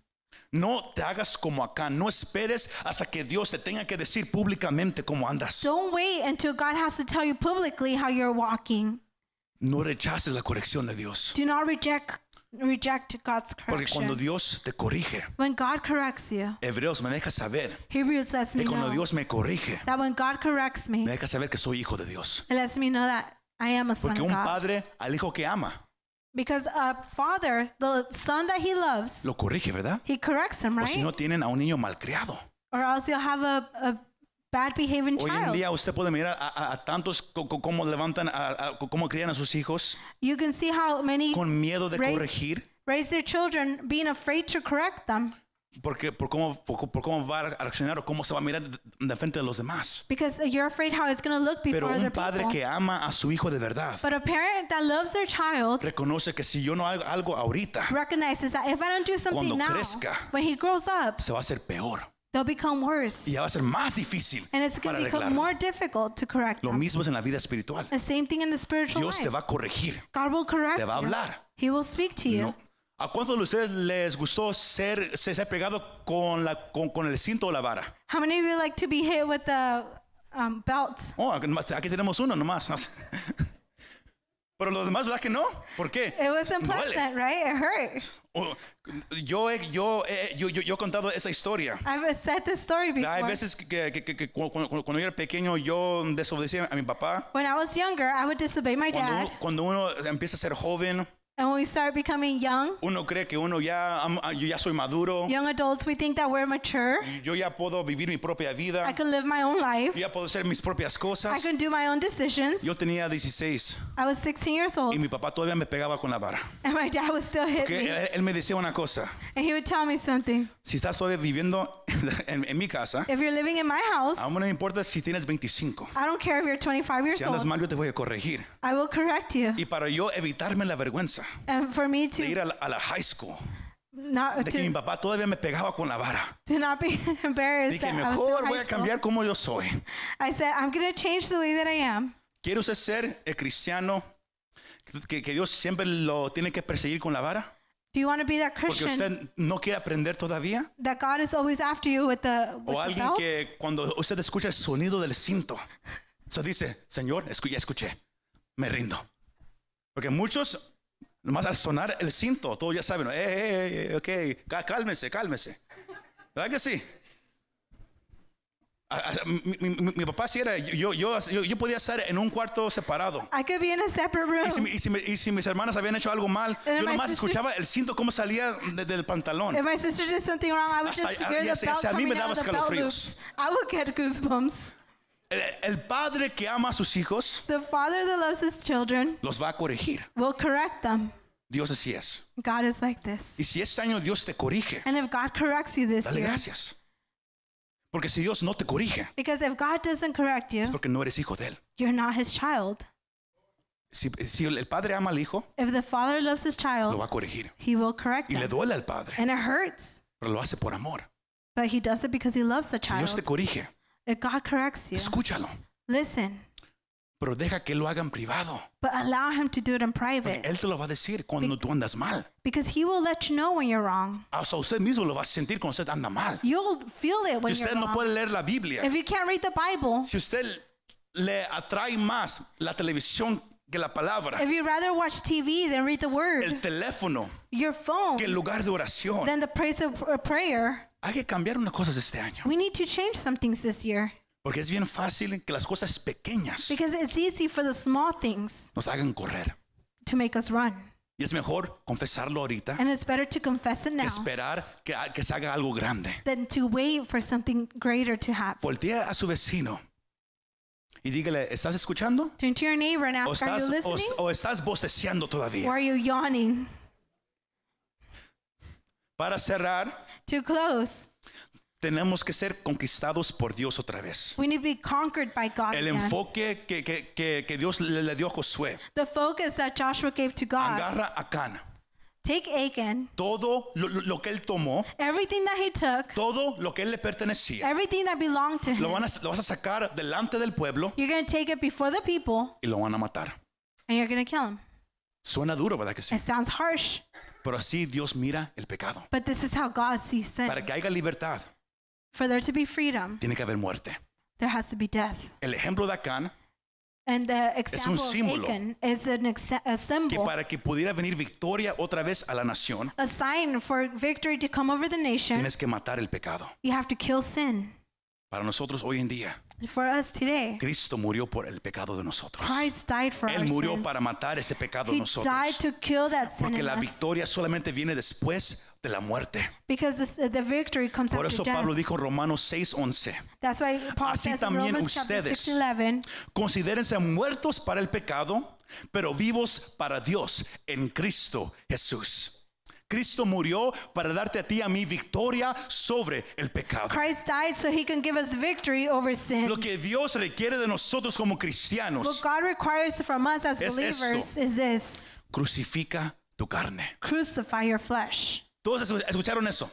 B: No te hagas como acá, no esperes hasta que Dios te tenga que decir públicamente cómo andas.
C: Don't wait until God has to tell you publicly how you're walking.
B: No rechaces la corrección de Dios.
C: Do not reject reject God's
B: Porque cuando
C: correction.
B: Dios te corrige,
C: When God corrects you,
B: Hebreos me deja saber
C: Hebrews lets me
B: que cuando
C: know
B: Dios me corrige,
C: that when God corrects me,
B: me deja saber que soy hijo de Dios.
C: it lets me know that I am a son
B: Porque
C: of
B: un
C: God.
B: padre al hijo que ama
C: Because a father, the son that he loves,
B: lo corrige, ¿verdad?
C: he corrects him,
B: O si no
C: right?
B: tienen a un niño malcriado.
C: Or else you'll have a, a bad behaving
B: Hoy en
C: child.
B: día usted puede mirar a, a- a tantos co- co- cómo levantan, a- a- cómo crían a sus hijos
C: You can see how many
B: con miedo de
C: Raise-
B: corregir
C: raise their children being afraid to correct them
B: porque por cómo por, por cómo va a reaccionar o cómo se va a mirar de, de frente de los demás.
C: because you're afraid how it's going to look
B: Pero
C: before
B: un
C: other
B: padre
C: people.
B: que ama a su hijo de verdad
C: But a parent that loves their child
B: reconoce que si yo no hago algo ahorita
C: recognizes that if I don't do
B: Cuando
C: something now,
B: crezca.
C: when he grows up,
B: se va a hacer peor
C: they'll become worse.
B: y ya va a ser más difícil
C: And it's going
B: para
C: to become
B: arreglarlo.
C: more difficult to correct
B: Lo
C: them.
B: mismo es en la vida espiritual.
C: The same thing in the spiritual
B: Dios te
C: life.
B: va a corregir.
C: God will correct
B: te va a
C: you.
B: hablar.
C: He will speak to you.
B: No. ¿A cuántos de ustedes les gustó ser, ser, ser pegado con, la, con, con el cinto o la vara?
C: How many of you like to be hit with the um, belt?
B: Oh, aquí nomás- aquí tenemos uno nomás. no sé. Pero los demás, ¿verdad que no? ¿Por qué?
C: It was
B: Duele.
C: unpleasant, right? It hurt.
B: Oh, yo, he- yo, he- yo, yo, yo he contado esa historia.
C: I've said this story before.
B: Hay veces que, que- que- que cu- cu- cu- cuando, yo era pequeño, yo desobedecía a mi papá.
C: When I was younger, I would disobey my
B: Cuando
C: dad.
B: uno, cuando uno empieza a ser joven,
C: And when we start becoming young,
B: uno cree que uno ya, am- ah, yo ya soy maduro,
C: young adults, we think that we're mature.
B: yo ya puedo vivir mi propia
C: I
B: vida,
C: can live my own
B: yo
C: life.
B: ya puedo hacer mis propias
C: I
B: cosas.
C: can do my own decisions.
B: Yo tenía 16
C: I was 16 years
B: y
C: old,
B: mi papá todavía me pegaba con la vara.
C: and my dad would still hit
B: Que
C: me.
B: él, él me decía una cosa,
C: And he would tell me something.
B: si estás todavía viviendo en, en mi casa,
C: If you're living in my house,
B: a mí no me importa si tienes 25.
C: I don't care if you're 25 years
B: Si andas
C: old,
B: mal, yo te voy a corregir.
C: I will correct you.
B: Y para yo evitarme la vergüenza
C: And for me
B: de ir
C: to
B: a la, a la high school,
C: not
B: de que mi
C: to,
B: papá todavía me pegaba con la vara,
C: to not be embarrassed
B: dije,
C: that I was still
B: mejor
C: in
B: Oh, voy
C: high
B: a
C: school,
B: cambiar como yo soy.
C: I said, I'm going to change the way that I am.
B: ¿Quiere usted ser el cristiano que, que Dios siempre lo tiene que perseguir con la vara?
C: Do you want to be that
B: Porque
C: Christian
B: usted no quiere aprender todavía.
C: that God is always after you with the, with
B: O
C: the
B: alguien
C: belt?
B: que cuando usted escucha el sonido del cinto, se dice, Señor, escu- ya escuché, me rindo. Porque muchos, nomás al sonar el cinto, todos ya saben, eh, eh, eh, ok, cá- cálmense, cálmense. ¿Verdad que sí? A- a- Mi, mi- mi- mi papá sí era, yo, yo, yo, yo podía estar en un cuarto separado.
C: I could be in a separate room.
B: Y si, mi- y si mi- y si mis hermanas habían hecho algo mal,
C: And
B: yo
C: my
B: nomás
C: sister-
B: escuchaba el cinto cómo salía de- del pantalón.
C: If my sister did something wrong, I would
B: Hasta-
C: just hear
B: ya
C: the
B: sé,
C: belt
B: si a mí me
C: coming out
B: daba
C: of the belt
B: escalofríos.
C: loops. I would get goosebumps.
B: El- el padre que ama a sus hijos
C: The father that loves his children
B: los va a corregir.
C: will correct them.
B: Dios así es.
C: God is like this.
B: Y si este año Dios te corrige,
C: And if God corrects you this
B: dale
C: year,
B: gracias. Porque si Dios no te corrige,
C: because if God doesn't correct you,
B: es porque no eres hijo de Él.
C: you're not his child.
B: Si, si el padre ama al hijo,
C: If the father loves his
B: lo va
C: child,
B: a corregir.
C: he will correct
B: Y le
C: them.
B: duele al padre,
C: And it hurts,
B: pero lo hace por amor.
C: but he does it because he loves the
B: Si Dios te
C: child.
B: corrige,
C: If God corrects you,
B: escúchalo.
C: listen,
B: Pero deja que lo haga en privado.
C: but allow him to do it in
B: Porque
C: private
B: Él te lo va a decir cuando tú andas mal.
C: because he will let you know when you're wrong.
B: Hasta usted mismo lo va a sentir cuando usted anda mal.
C: You'll feel it
B: Si
C: when
B: usted
C: you're
B: no
C: wrong.
B: puede leer la Biblia,
C: If you can't read the Bible,
B: si usted le atrae más la televisión que la palabra,
C: if you rather watch TV than read the
B: el
C: word,
B: teléfono
C: your phone,
B: que el lugar de oración,
C: than the praise of or prayer,
B: Hay que cambiar unas cosas este año.
C: we need to change some things this year
B: Porque es bien fácil que las cosas pequeñas
C: because it's easy for the small things
B: nos hagan correr.
C: to make us run.
B: Y es mejor confesarlo ahorita
C: And it's better to confess it
B: que
C: now
B: esperar que, que se haga algo grande.
C: than to wait for something greater to happen.
B: Voltea a su vecino y dígale, ¿estás escuchando?
C: Turn to your neighbor and
B: ¿O
C: ask, Are
B: estás,
C: you
B: o,
C: listening?
B: o estás bosteciando
C: Or
B: todavía?
C: are you yawning?
B: Para cerrar,
C: Too close.
B: tenemos que ser conquistados por Dios otra vez.
C: We need to be conquered by God.
B: El
C: again.
B: enfoque que, que- que- que Dios le, le dio a Josué.
C: The focus that Joshua gave to God.
B: Agarra a Can.
C: Take Achan,
B: Todo lo, lo- lo que él tomó,
C: everything that he took,
B: todo lo que él le pertenecía.
C: everything that belonged to
B: Oh, lo,
C: him.
B: van a, lo vas a sacar delante del pueblo
C: You're going to take it before the people
B: y lo van a matar.
C: and you're going to kill him.
B: Suena duro, ¿verdad que sí?
C: It sounds harsh,
B: Pero así Dios mira el pecado.
C: but this is how God sees sin.
B: Para que haya libertad,
C: For there to be freedom,
B: tiene que haber muerte.
C: there has to be death.
B: El ejemplo de Acán
C: And the example
B: símbolo.
C: of Achan is an exa- a
B: que
C: symbol,
B: para que pudiera venir victoria otra vez a la nación,
C: a sign for victory to come over the nation.
B: tienes que matar el pecado.
C: You have to kill sin.
B: Para nosotros hoy en día,
C: For us today,
B: Cristo murió por el pecado de nosotros.
C: Christ died for
B: Él
C: our
B: murió
C: sins.
B: para matar ese pecado en
C: He
B: nosotros.
C: died to kill that sin
B: Porque
C: in
B: la
C: us.
B: victoria solamente viene después de la muerte.
C: Because this, the victory comes
B: Por
C: after
B: eso
C: death.
B: Pablo dijo en Romanos 6:11,
C: That's why Paul
B: Así
C: says in
B: también
C: Romans chapter
B: ustedes.
C: 6, 11,
B: considérense muertos para el pecado, pero vivos para Dios en Cristo Jesús. Cristo murió para darte a ti y a mí victoria sobre el pecado.
C: Christ died so he can give us victory over sin.
B: Lo que Dios requiere de nosotros como
C: what
B: cristianos,
C: God requires from us as
B: Es esto.
C: believers is this
B: crucifica tu carne.
C: crucify your flesh.
B: Todos escu- escucharon eso.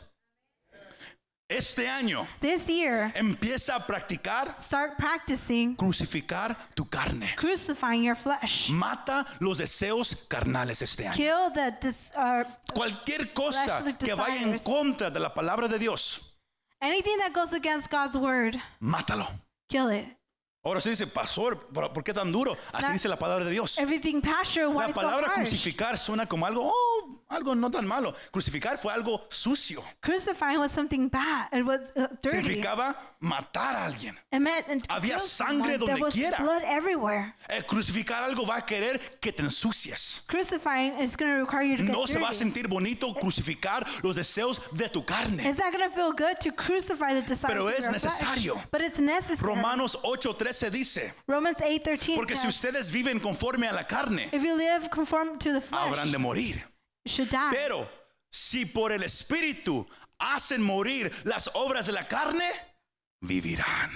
B: Este año
C: This year,
B: empieza a practicar
C: start practicing
B: crucificar tu carne.
C: crucifying your flesh.
B: Mata los deseos carnales este año.
C: Kill the dis- uh,
B: Cualquier cosa
C: Fleshly
B: que vaya en
C: desires.
B: contra de la palabra de Dios,
C: anything that goes against God's word,
B: mátalo.
C: kill it.
B: Ahora se dice, pastor, ¿por por qué tan duro? Así
C: La-
B: dice la palabra de Dios.
C: Everything pasture,
B: La
C: why so
B: palabra
C: harsh?
B: crucificar suena como algo, oh, algo no tan malo. Crucificar fue algo sucio.
C: Crucifying was something bad. It was uh, dirty.
B: Significaba matar a alguien.
C: It meant and to
B: Había
C: kill
B: sangre
C: someone. There
B: donde
C: was
B: quiera.
C: blood everywhere.
B: Eh, crucificar algo va a querer que te ensucies.
C: Crucifying is going to require you to get
B: No se va a
C: dirty.
B: sentir bonito crucificar los deseos de tu carne.
C: It's not going to feel good to crucify the desires
B: Pero
C: of
B: es
C: your
B: necesario.
C: flesh. But it's necessary.
B: Romanos 8:13 dice,
C: Romans 8:13
B: porque si
C: says,
B: ustedes viven conforme a la carne,
C: if you live conform to the flesh,
B: habrán de morir.
C: you should die.
B: Pero si por el Espíritu hacen morir las obras de la carne, vivirán.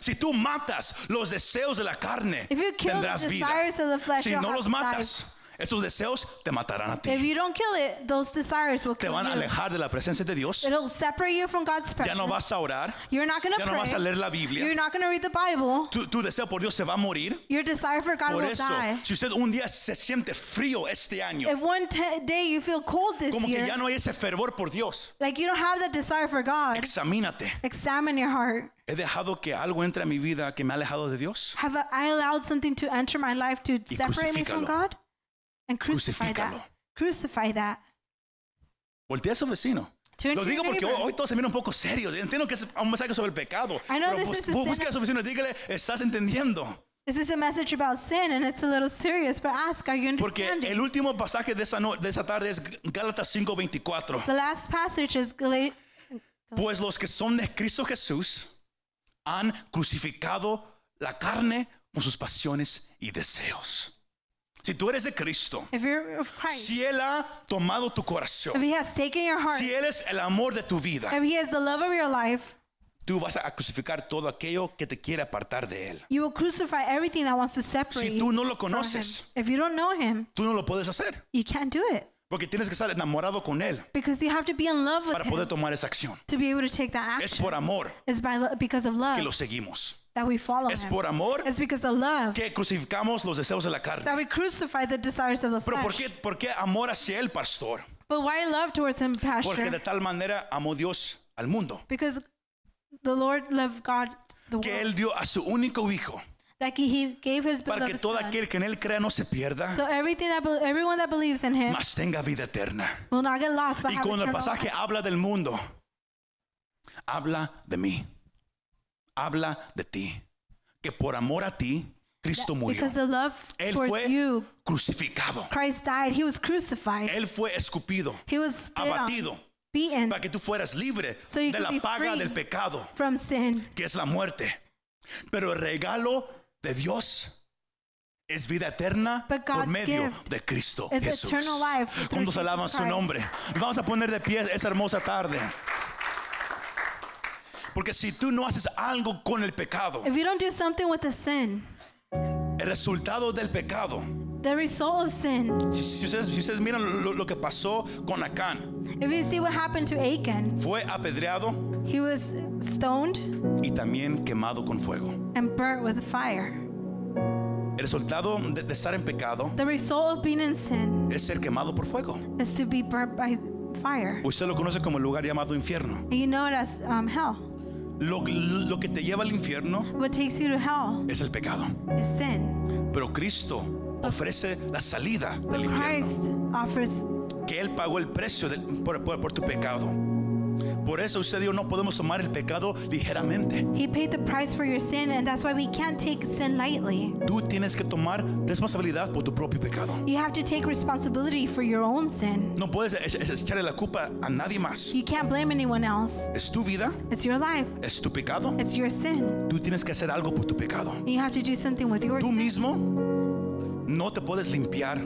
B: Si tú matas los deseos de la carne,
C: If you kill the
B: tendrás vida.
C: desires of the flesh,
B: Si
C: you'll
B: no
C: have
B: los matas, esos deseos te matarán a
C: if
B: ti.
C: you don't kill it, those desires will
B: Te
C: kill
B: van a
C: you.
B: alejar de la presencia de Dios.
C: It'll separate you from God's
B: Ya
C: presence.
B: no vas a orar.
C: You're not going to
B: Ya no
C: pray.
B: vas a leer la Biblia.
C: You're not going to read the Bible.
B: Tu, tu deseo por Dios se va a morir.
C: Your desire for God
B: Por
C: will
B: eso,
C: die.
B: si usted un día se siente frío este año,
C: If one t- day you feel cold this
B: como que
C: year,
B: ya no hay ese fervor por Dios,
C: like you don't have that desire for God,
B: examínate.
C: examine your heart.
B: ¿He dejado que algo entre a mi vida que me ha alejado de Dios?
C: Have I allowed something to enter my life to separate me
B: crucifícalo.
C: from God? And crucify
B: Crucifícalo.
C: that. Crucify that.
B: Voltea a su vecino.
C: Turn
B: Lo
C: to your
B: digo porque
C: neighbor.
B: hoy, hoy todos se miran un poco serios. Entiendo que es un mensaje sobre el pecado.
C: I know
B: Pero
C: this
B: bus-
C: is a
B: bu-
C: sin-
B: busca a su vecino y dígale, estás entendiendo.
C: This is a message about sin and it's a little serious, but ask, are you
B: Porque
C: understanding?
B: el último pasaje de esa, no- de esa tarde es Gálatas 5:24.
C: The last passage is Gala-
B: Pues los que son de Cristo Jesús han crucificado la carne con sus pasiones y deseos. Si tú eres de Cristo,
C: if you're of Christ,
B: si Él ha tomado tu
C: if
B: corazón,
C: he has taken your heart,
B: si Él es el amor de tu vida,
C: if he is the love of your life,
B: tú vas a crucificar todo aquello que te quiere apartar de Él.
C: you will crucify everything that wants to separate
B: Si
C: you
B: tú no lo
C: from him.
B: conoces,
C: If you don't know him,
B: tú no lo puedes hacer.
C: you can't do it
B: Porque tienes que estar enamorado con Él
C: because you have to be in love with
B: para poder
C: him
B: tomar esa acción.
C: to be able to take that
B: Es
C: action. Ah.
B: por amor
C: It's by lo- because of love
B: que lo seguimos.
C: that we follow
B: Es
C: him.
B: por amor
C: It's because of love
B: que crucificamos los deseos de la carne.
C: that we crucify the desires of the
B: Pero
C: flesh.
B: ¿por qué, por qué amor hacia Él, pastor?
C: But why love towards him,
B: Porque
C: Pastor?
B: de tal manera amó Dios al mundo
C: Because the Lord loved God, the world,
B: que Él dio a su único hijo
C: that he- He gave His
B: para que
C: beloved
B: todo
C: Son.
B: aquel que en Él crea no se pierda,
C: So everything that be- everyone that believes in Him
B: mas tenga vida eterna.
C: will not get lost, but
B: Y
C: have
B: cuando el
C: eternal
B: pasaje
C: life.
B: habla del mundo, habla de mí, habla de ti, que por amor a ti, Cristo murió.
C: Because the love
B: Él
C: towards
B: fue
C: you,
B: crucificado,
C: Christ died. He was crucified.
B: Él fue escupido,
C: He was spit on,
B: abatido,
C: beaten
B: para que tú fueras libre
C: So you
B: de
C: could
B: la
C: be
B: paga
C: free.
B: del pecado.
C: from sin.
B: que es la muerte. Pero el regalo de Dios es vida eterna
C: But
B: por
C: God's
B: medio
C: gift
B: de Cristo
C: is
B: Jesús.
C: eternal life through
B: ¿Cuántos
C: Jesus
B: alaban su
C: Christ?
B: nombre? Vamos a poner de pie esa hermosa tarde. Porque si tú no haces algo con el pecado,
C: If you don't do something with the sin,
B: el resultado del pecado,
C: the result of sin,
B: si, si ustedes, si ustedes miran lo, lo que pasó con Acán,
C: if you see what happened to Achan,
B: fue apedreado
C: he was stoned
B: y también quemado con fuego.
C: and burnt with fire.
B: El resultado de- de estar en pecado
C: The result of being in sin
B: es ser quemado por fuego.
C: is to be burnt by fire.
B: Usted lo conoce como el lugar llamado infierno.
C: And you know it as um, hell.
B: Lo, lo que te lleva al infierno
C: What takes you to hell
B: es el pecado.
C: is sin.
B: Pero Cristo ofrece la salida del infierno.
C: Christ offers
B: que Él pagó el precio del- por, por- por tu pecado. Por eso usted dijo, no podemos tomar el pecado ligeramente.
C: He paid the price for your sin, and that's why we can't take sin lightly.
B: Tú tienes que tomar responsabilidad por tu propio pecado.
C: You have to take responsibility for your own sin.
B: No puedes e- e- echarle la culpa a nadie más.
C: You can't blame anyone else.
B: Es tu vida,
C: It's your life,
B: es tu pecado.
C: it's your sin.
B: Tú tienes que hacer algo por tu pecado.
C: You have to do something with your
B: Tú
C: sin.
B: mismo no te puedes limpiar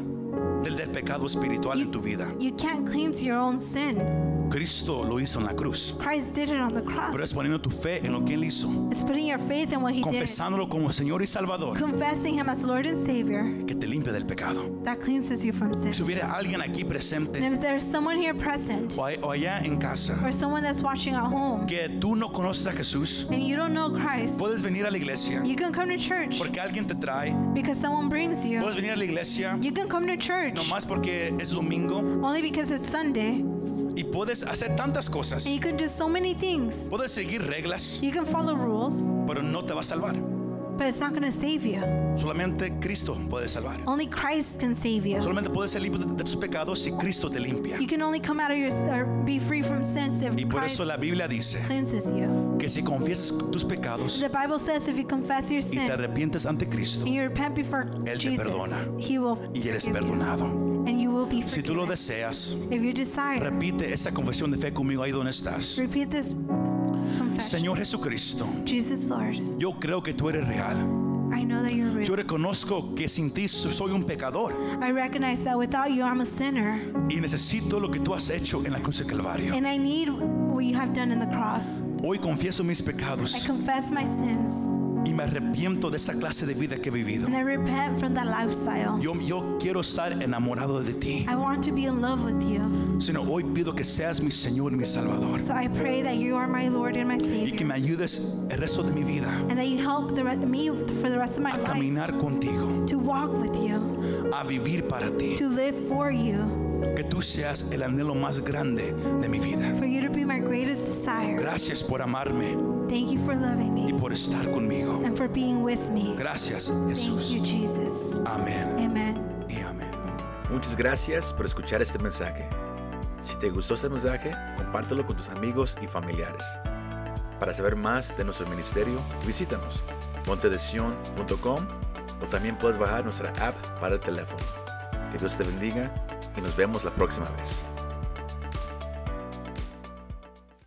B: del, del pecado espiritual en tu vida.
C: You can't cleanse your own sin.
B: Cristo lo hizo en la cruz.
C: Christ did it on the
B: Pero es
C: cross.
B: poniendo tu fe en lo que Él hizo.
C: It's putting your faith in what He did,
B: Confesándolo como Señor y Salvador.
C: confessing Him as Lord and Savior.
B: Que te limpia del pecado.
C: That cleanses you from sin.
B: Si hubiera alguien aquí presente
C: And if there's someone here present,
B: o, a- o allá en casa
C: or someone that's watching at home,
B: que tú no conoces a Jesús,
C: and you don't know Christ,
B: puedes venir a la iglesia
C: you can come to church
B: porque alguien te trae.
C: because someone brings you.
B: Puedes venir a la iglesia
C: You can come to church
B: nomás porque es domingo
C: only because it's Sunday, and
B: y puedes hacer tantas cosas.
C: you can do so many things.
B: Puedes seguir reglas,
C: You can follow rules,
B: pero no te va a salvar.
C: but it's not going to save you.
B: Solamente Cristo puede salvar.
C: Only Christ can save you.
B: Solamente puedes ser libre de tus pecados si Cristo te limpia.
C: You can only come out of your or be free from sins if
B: Y por
C: Christ
B: eso la Biblia dice
C: cleanses you.
B: que si confiesas tus pecados
C: The Bible says if you confess your
B: y te
C: sin
B: arrepientes ante Cristo
C: and you repent before
B: te
C: Jesus,
B: perdona.
C: He will
B: y eres
C: forgive you,
B: perdonado.
C: and you will be
B: Si tú lo
C: forgiven.
B: deseas,
C: If you decide,
B: Repite esa confesión de fe conmigo ahí donde estás.
C: repeat this confession.
B: Señor Jesucristo,
C: Jesus, Lord,
B: yo creo que tú eres real.
C: I know that you're
B: Yo
C: real.
B: reconozco que sin ti so- soy un pecador
C: I recognize that without you, I'm a sinner.
B: y necesito lo que tú has hecho en la cruz de Calvario.
C: And I need what you have done in the cross.
B: Hoy confieso mis
C: I
B: pecados
C: confess my sins
B: y me arrepiento de esa clase de vida que he vivido.
C: and I repent from that lifestyle.
B: Yo, yo quiero estar enamorado de ti,
C: I want to be in love with you.
B: sino hoy pido que seas mi Señor y mi Salvador
C: So I pray that you are my Lord and my
B: y que
C: Savior
B: me ayudes el resto de mi vida
C: and that you help the re- me for the rest of my
B: a
C: life
B: caminar contigo,
C: to walk with you,
B: a vivir para ti,
C: to live for you,
B: que tú seas el anhelo más grande de mi vida.
C: for you to be my greatest desire.
B: Gracias por amarme
C: Thank you for loving
B: y
C: me
B: por estar conmigo.
C: and for being with me.
B: Gracias,
C: Thank
B: Jesús.
C: you, Jesus.
B: Amén
C: Amen.
B: y amén.
A: Muchas gracias por escuchar este mensaje. Si te gustó este mensaje, compártelo con tus amigos y familiares. Para saber más de nuestro ministerio, visítanos montedesion.com o también puedes bajar nuestra app para el teléfono. Que Dios te bendiga y nos vemos la próxima vez.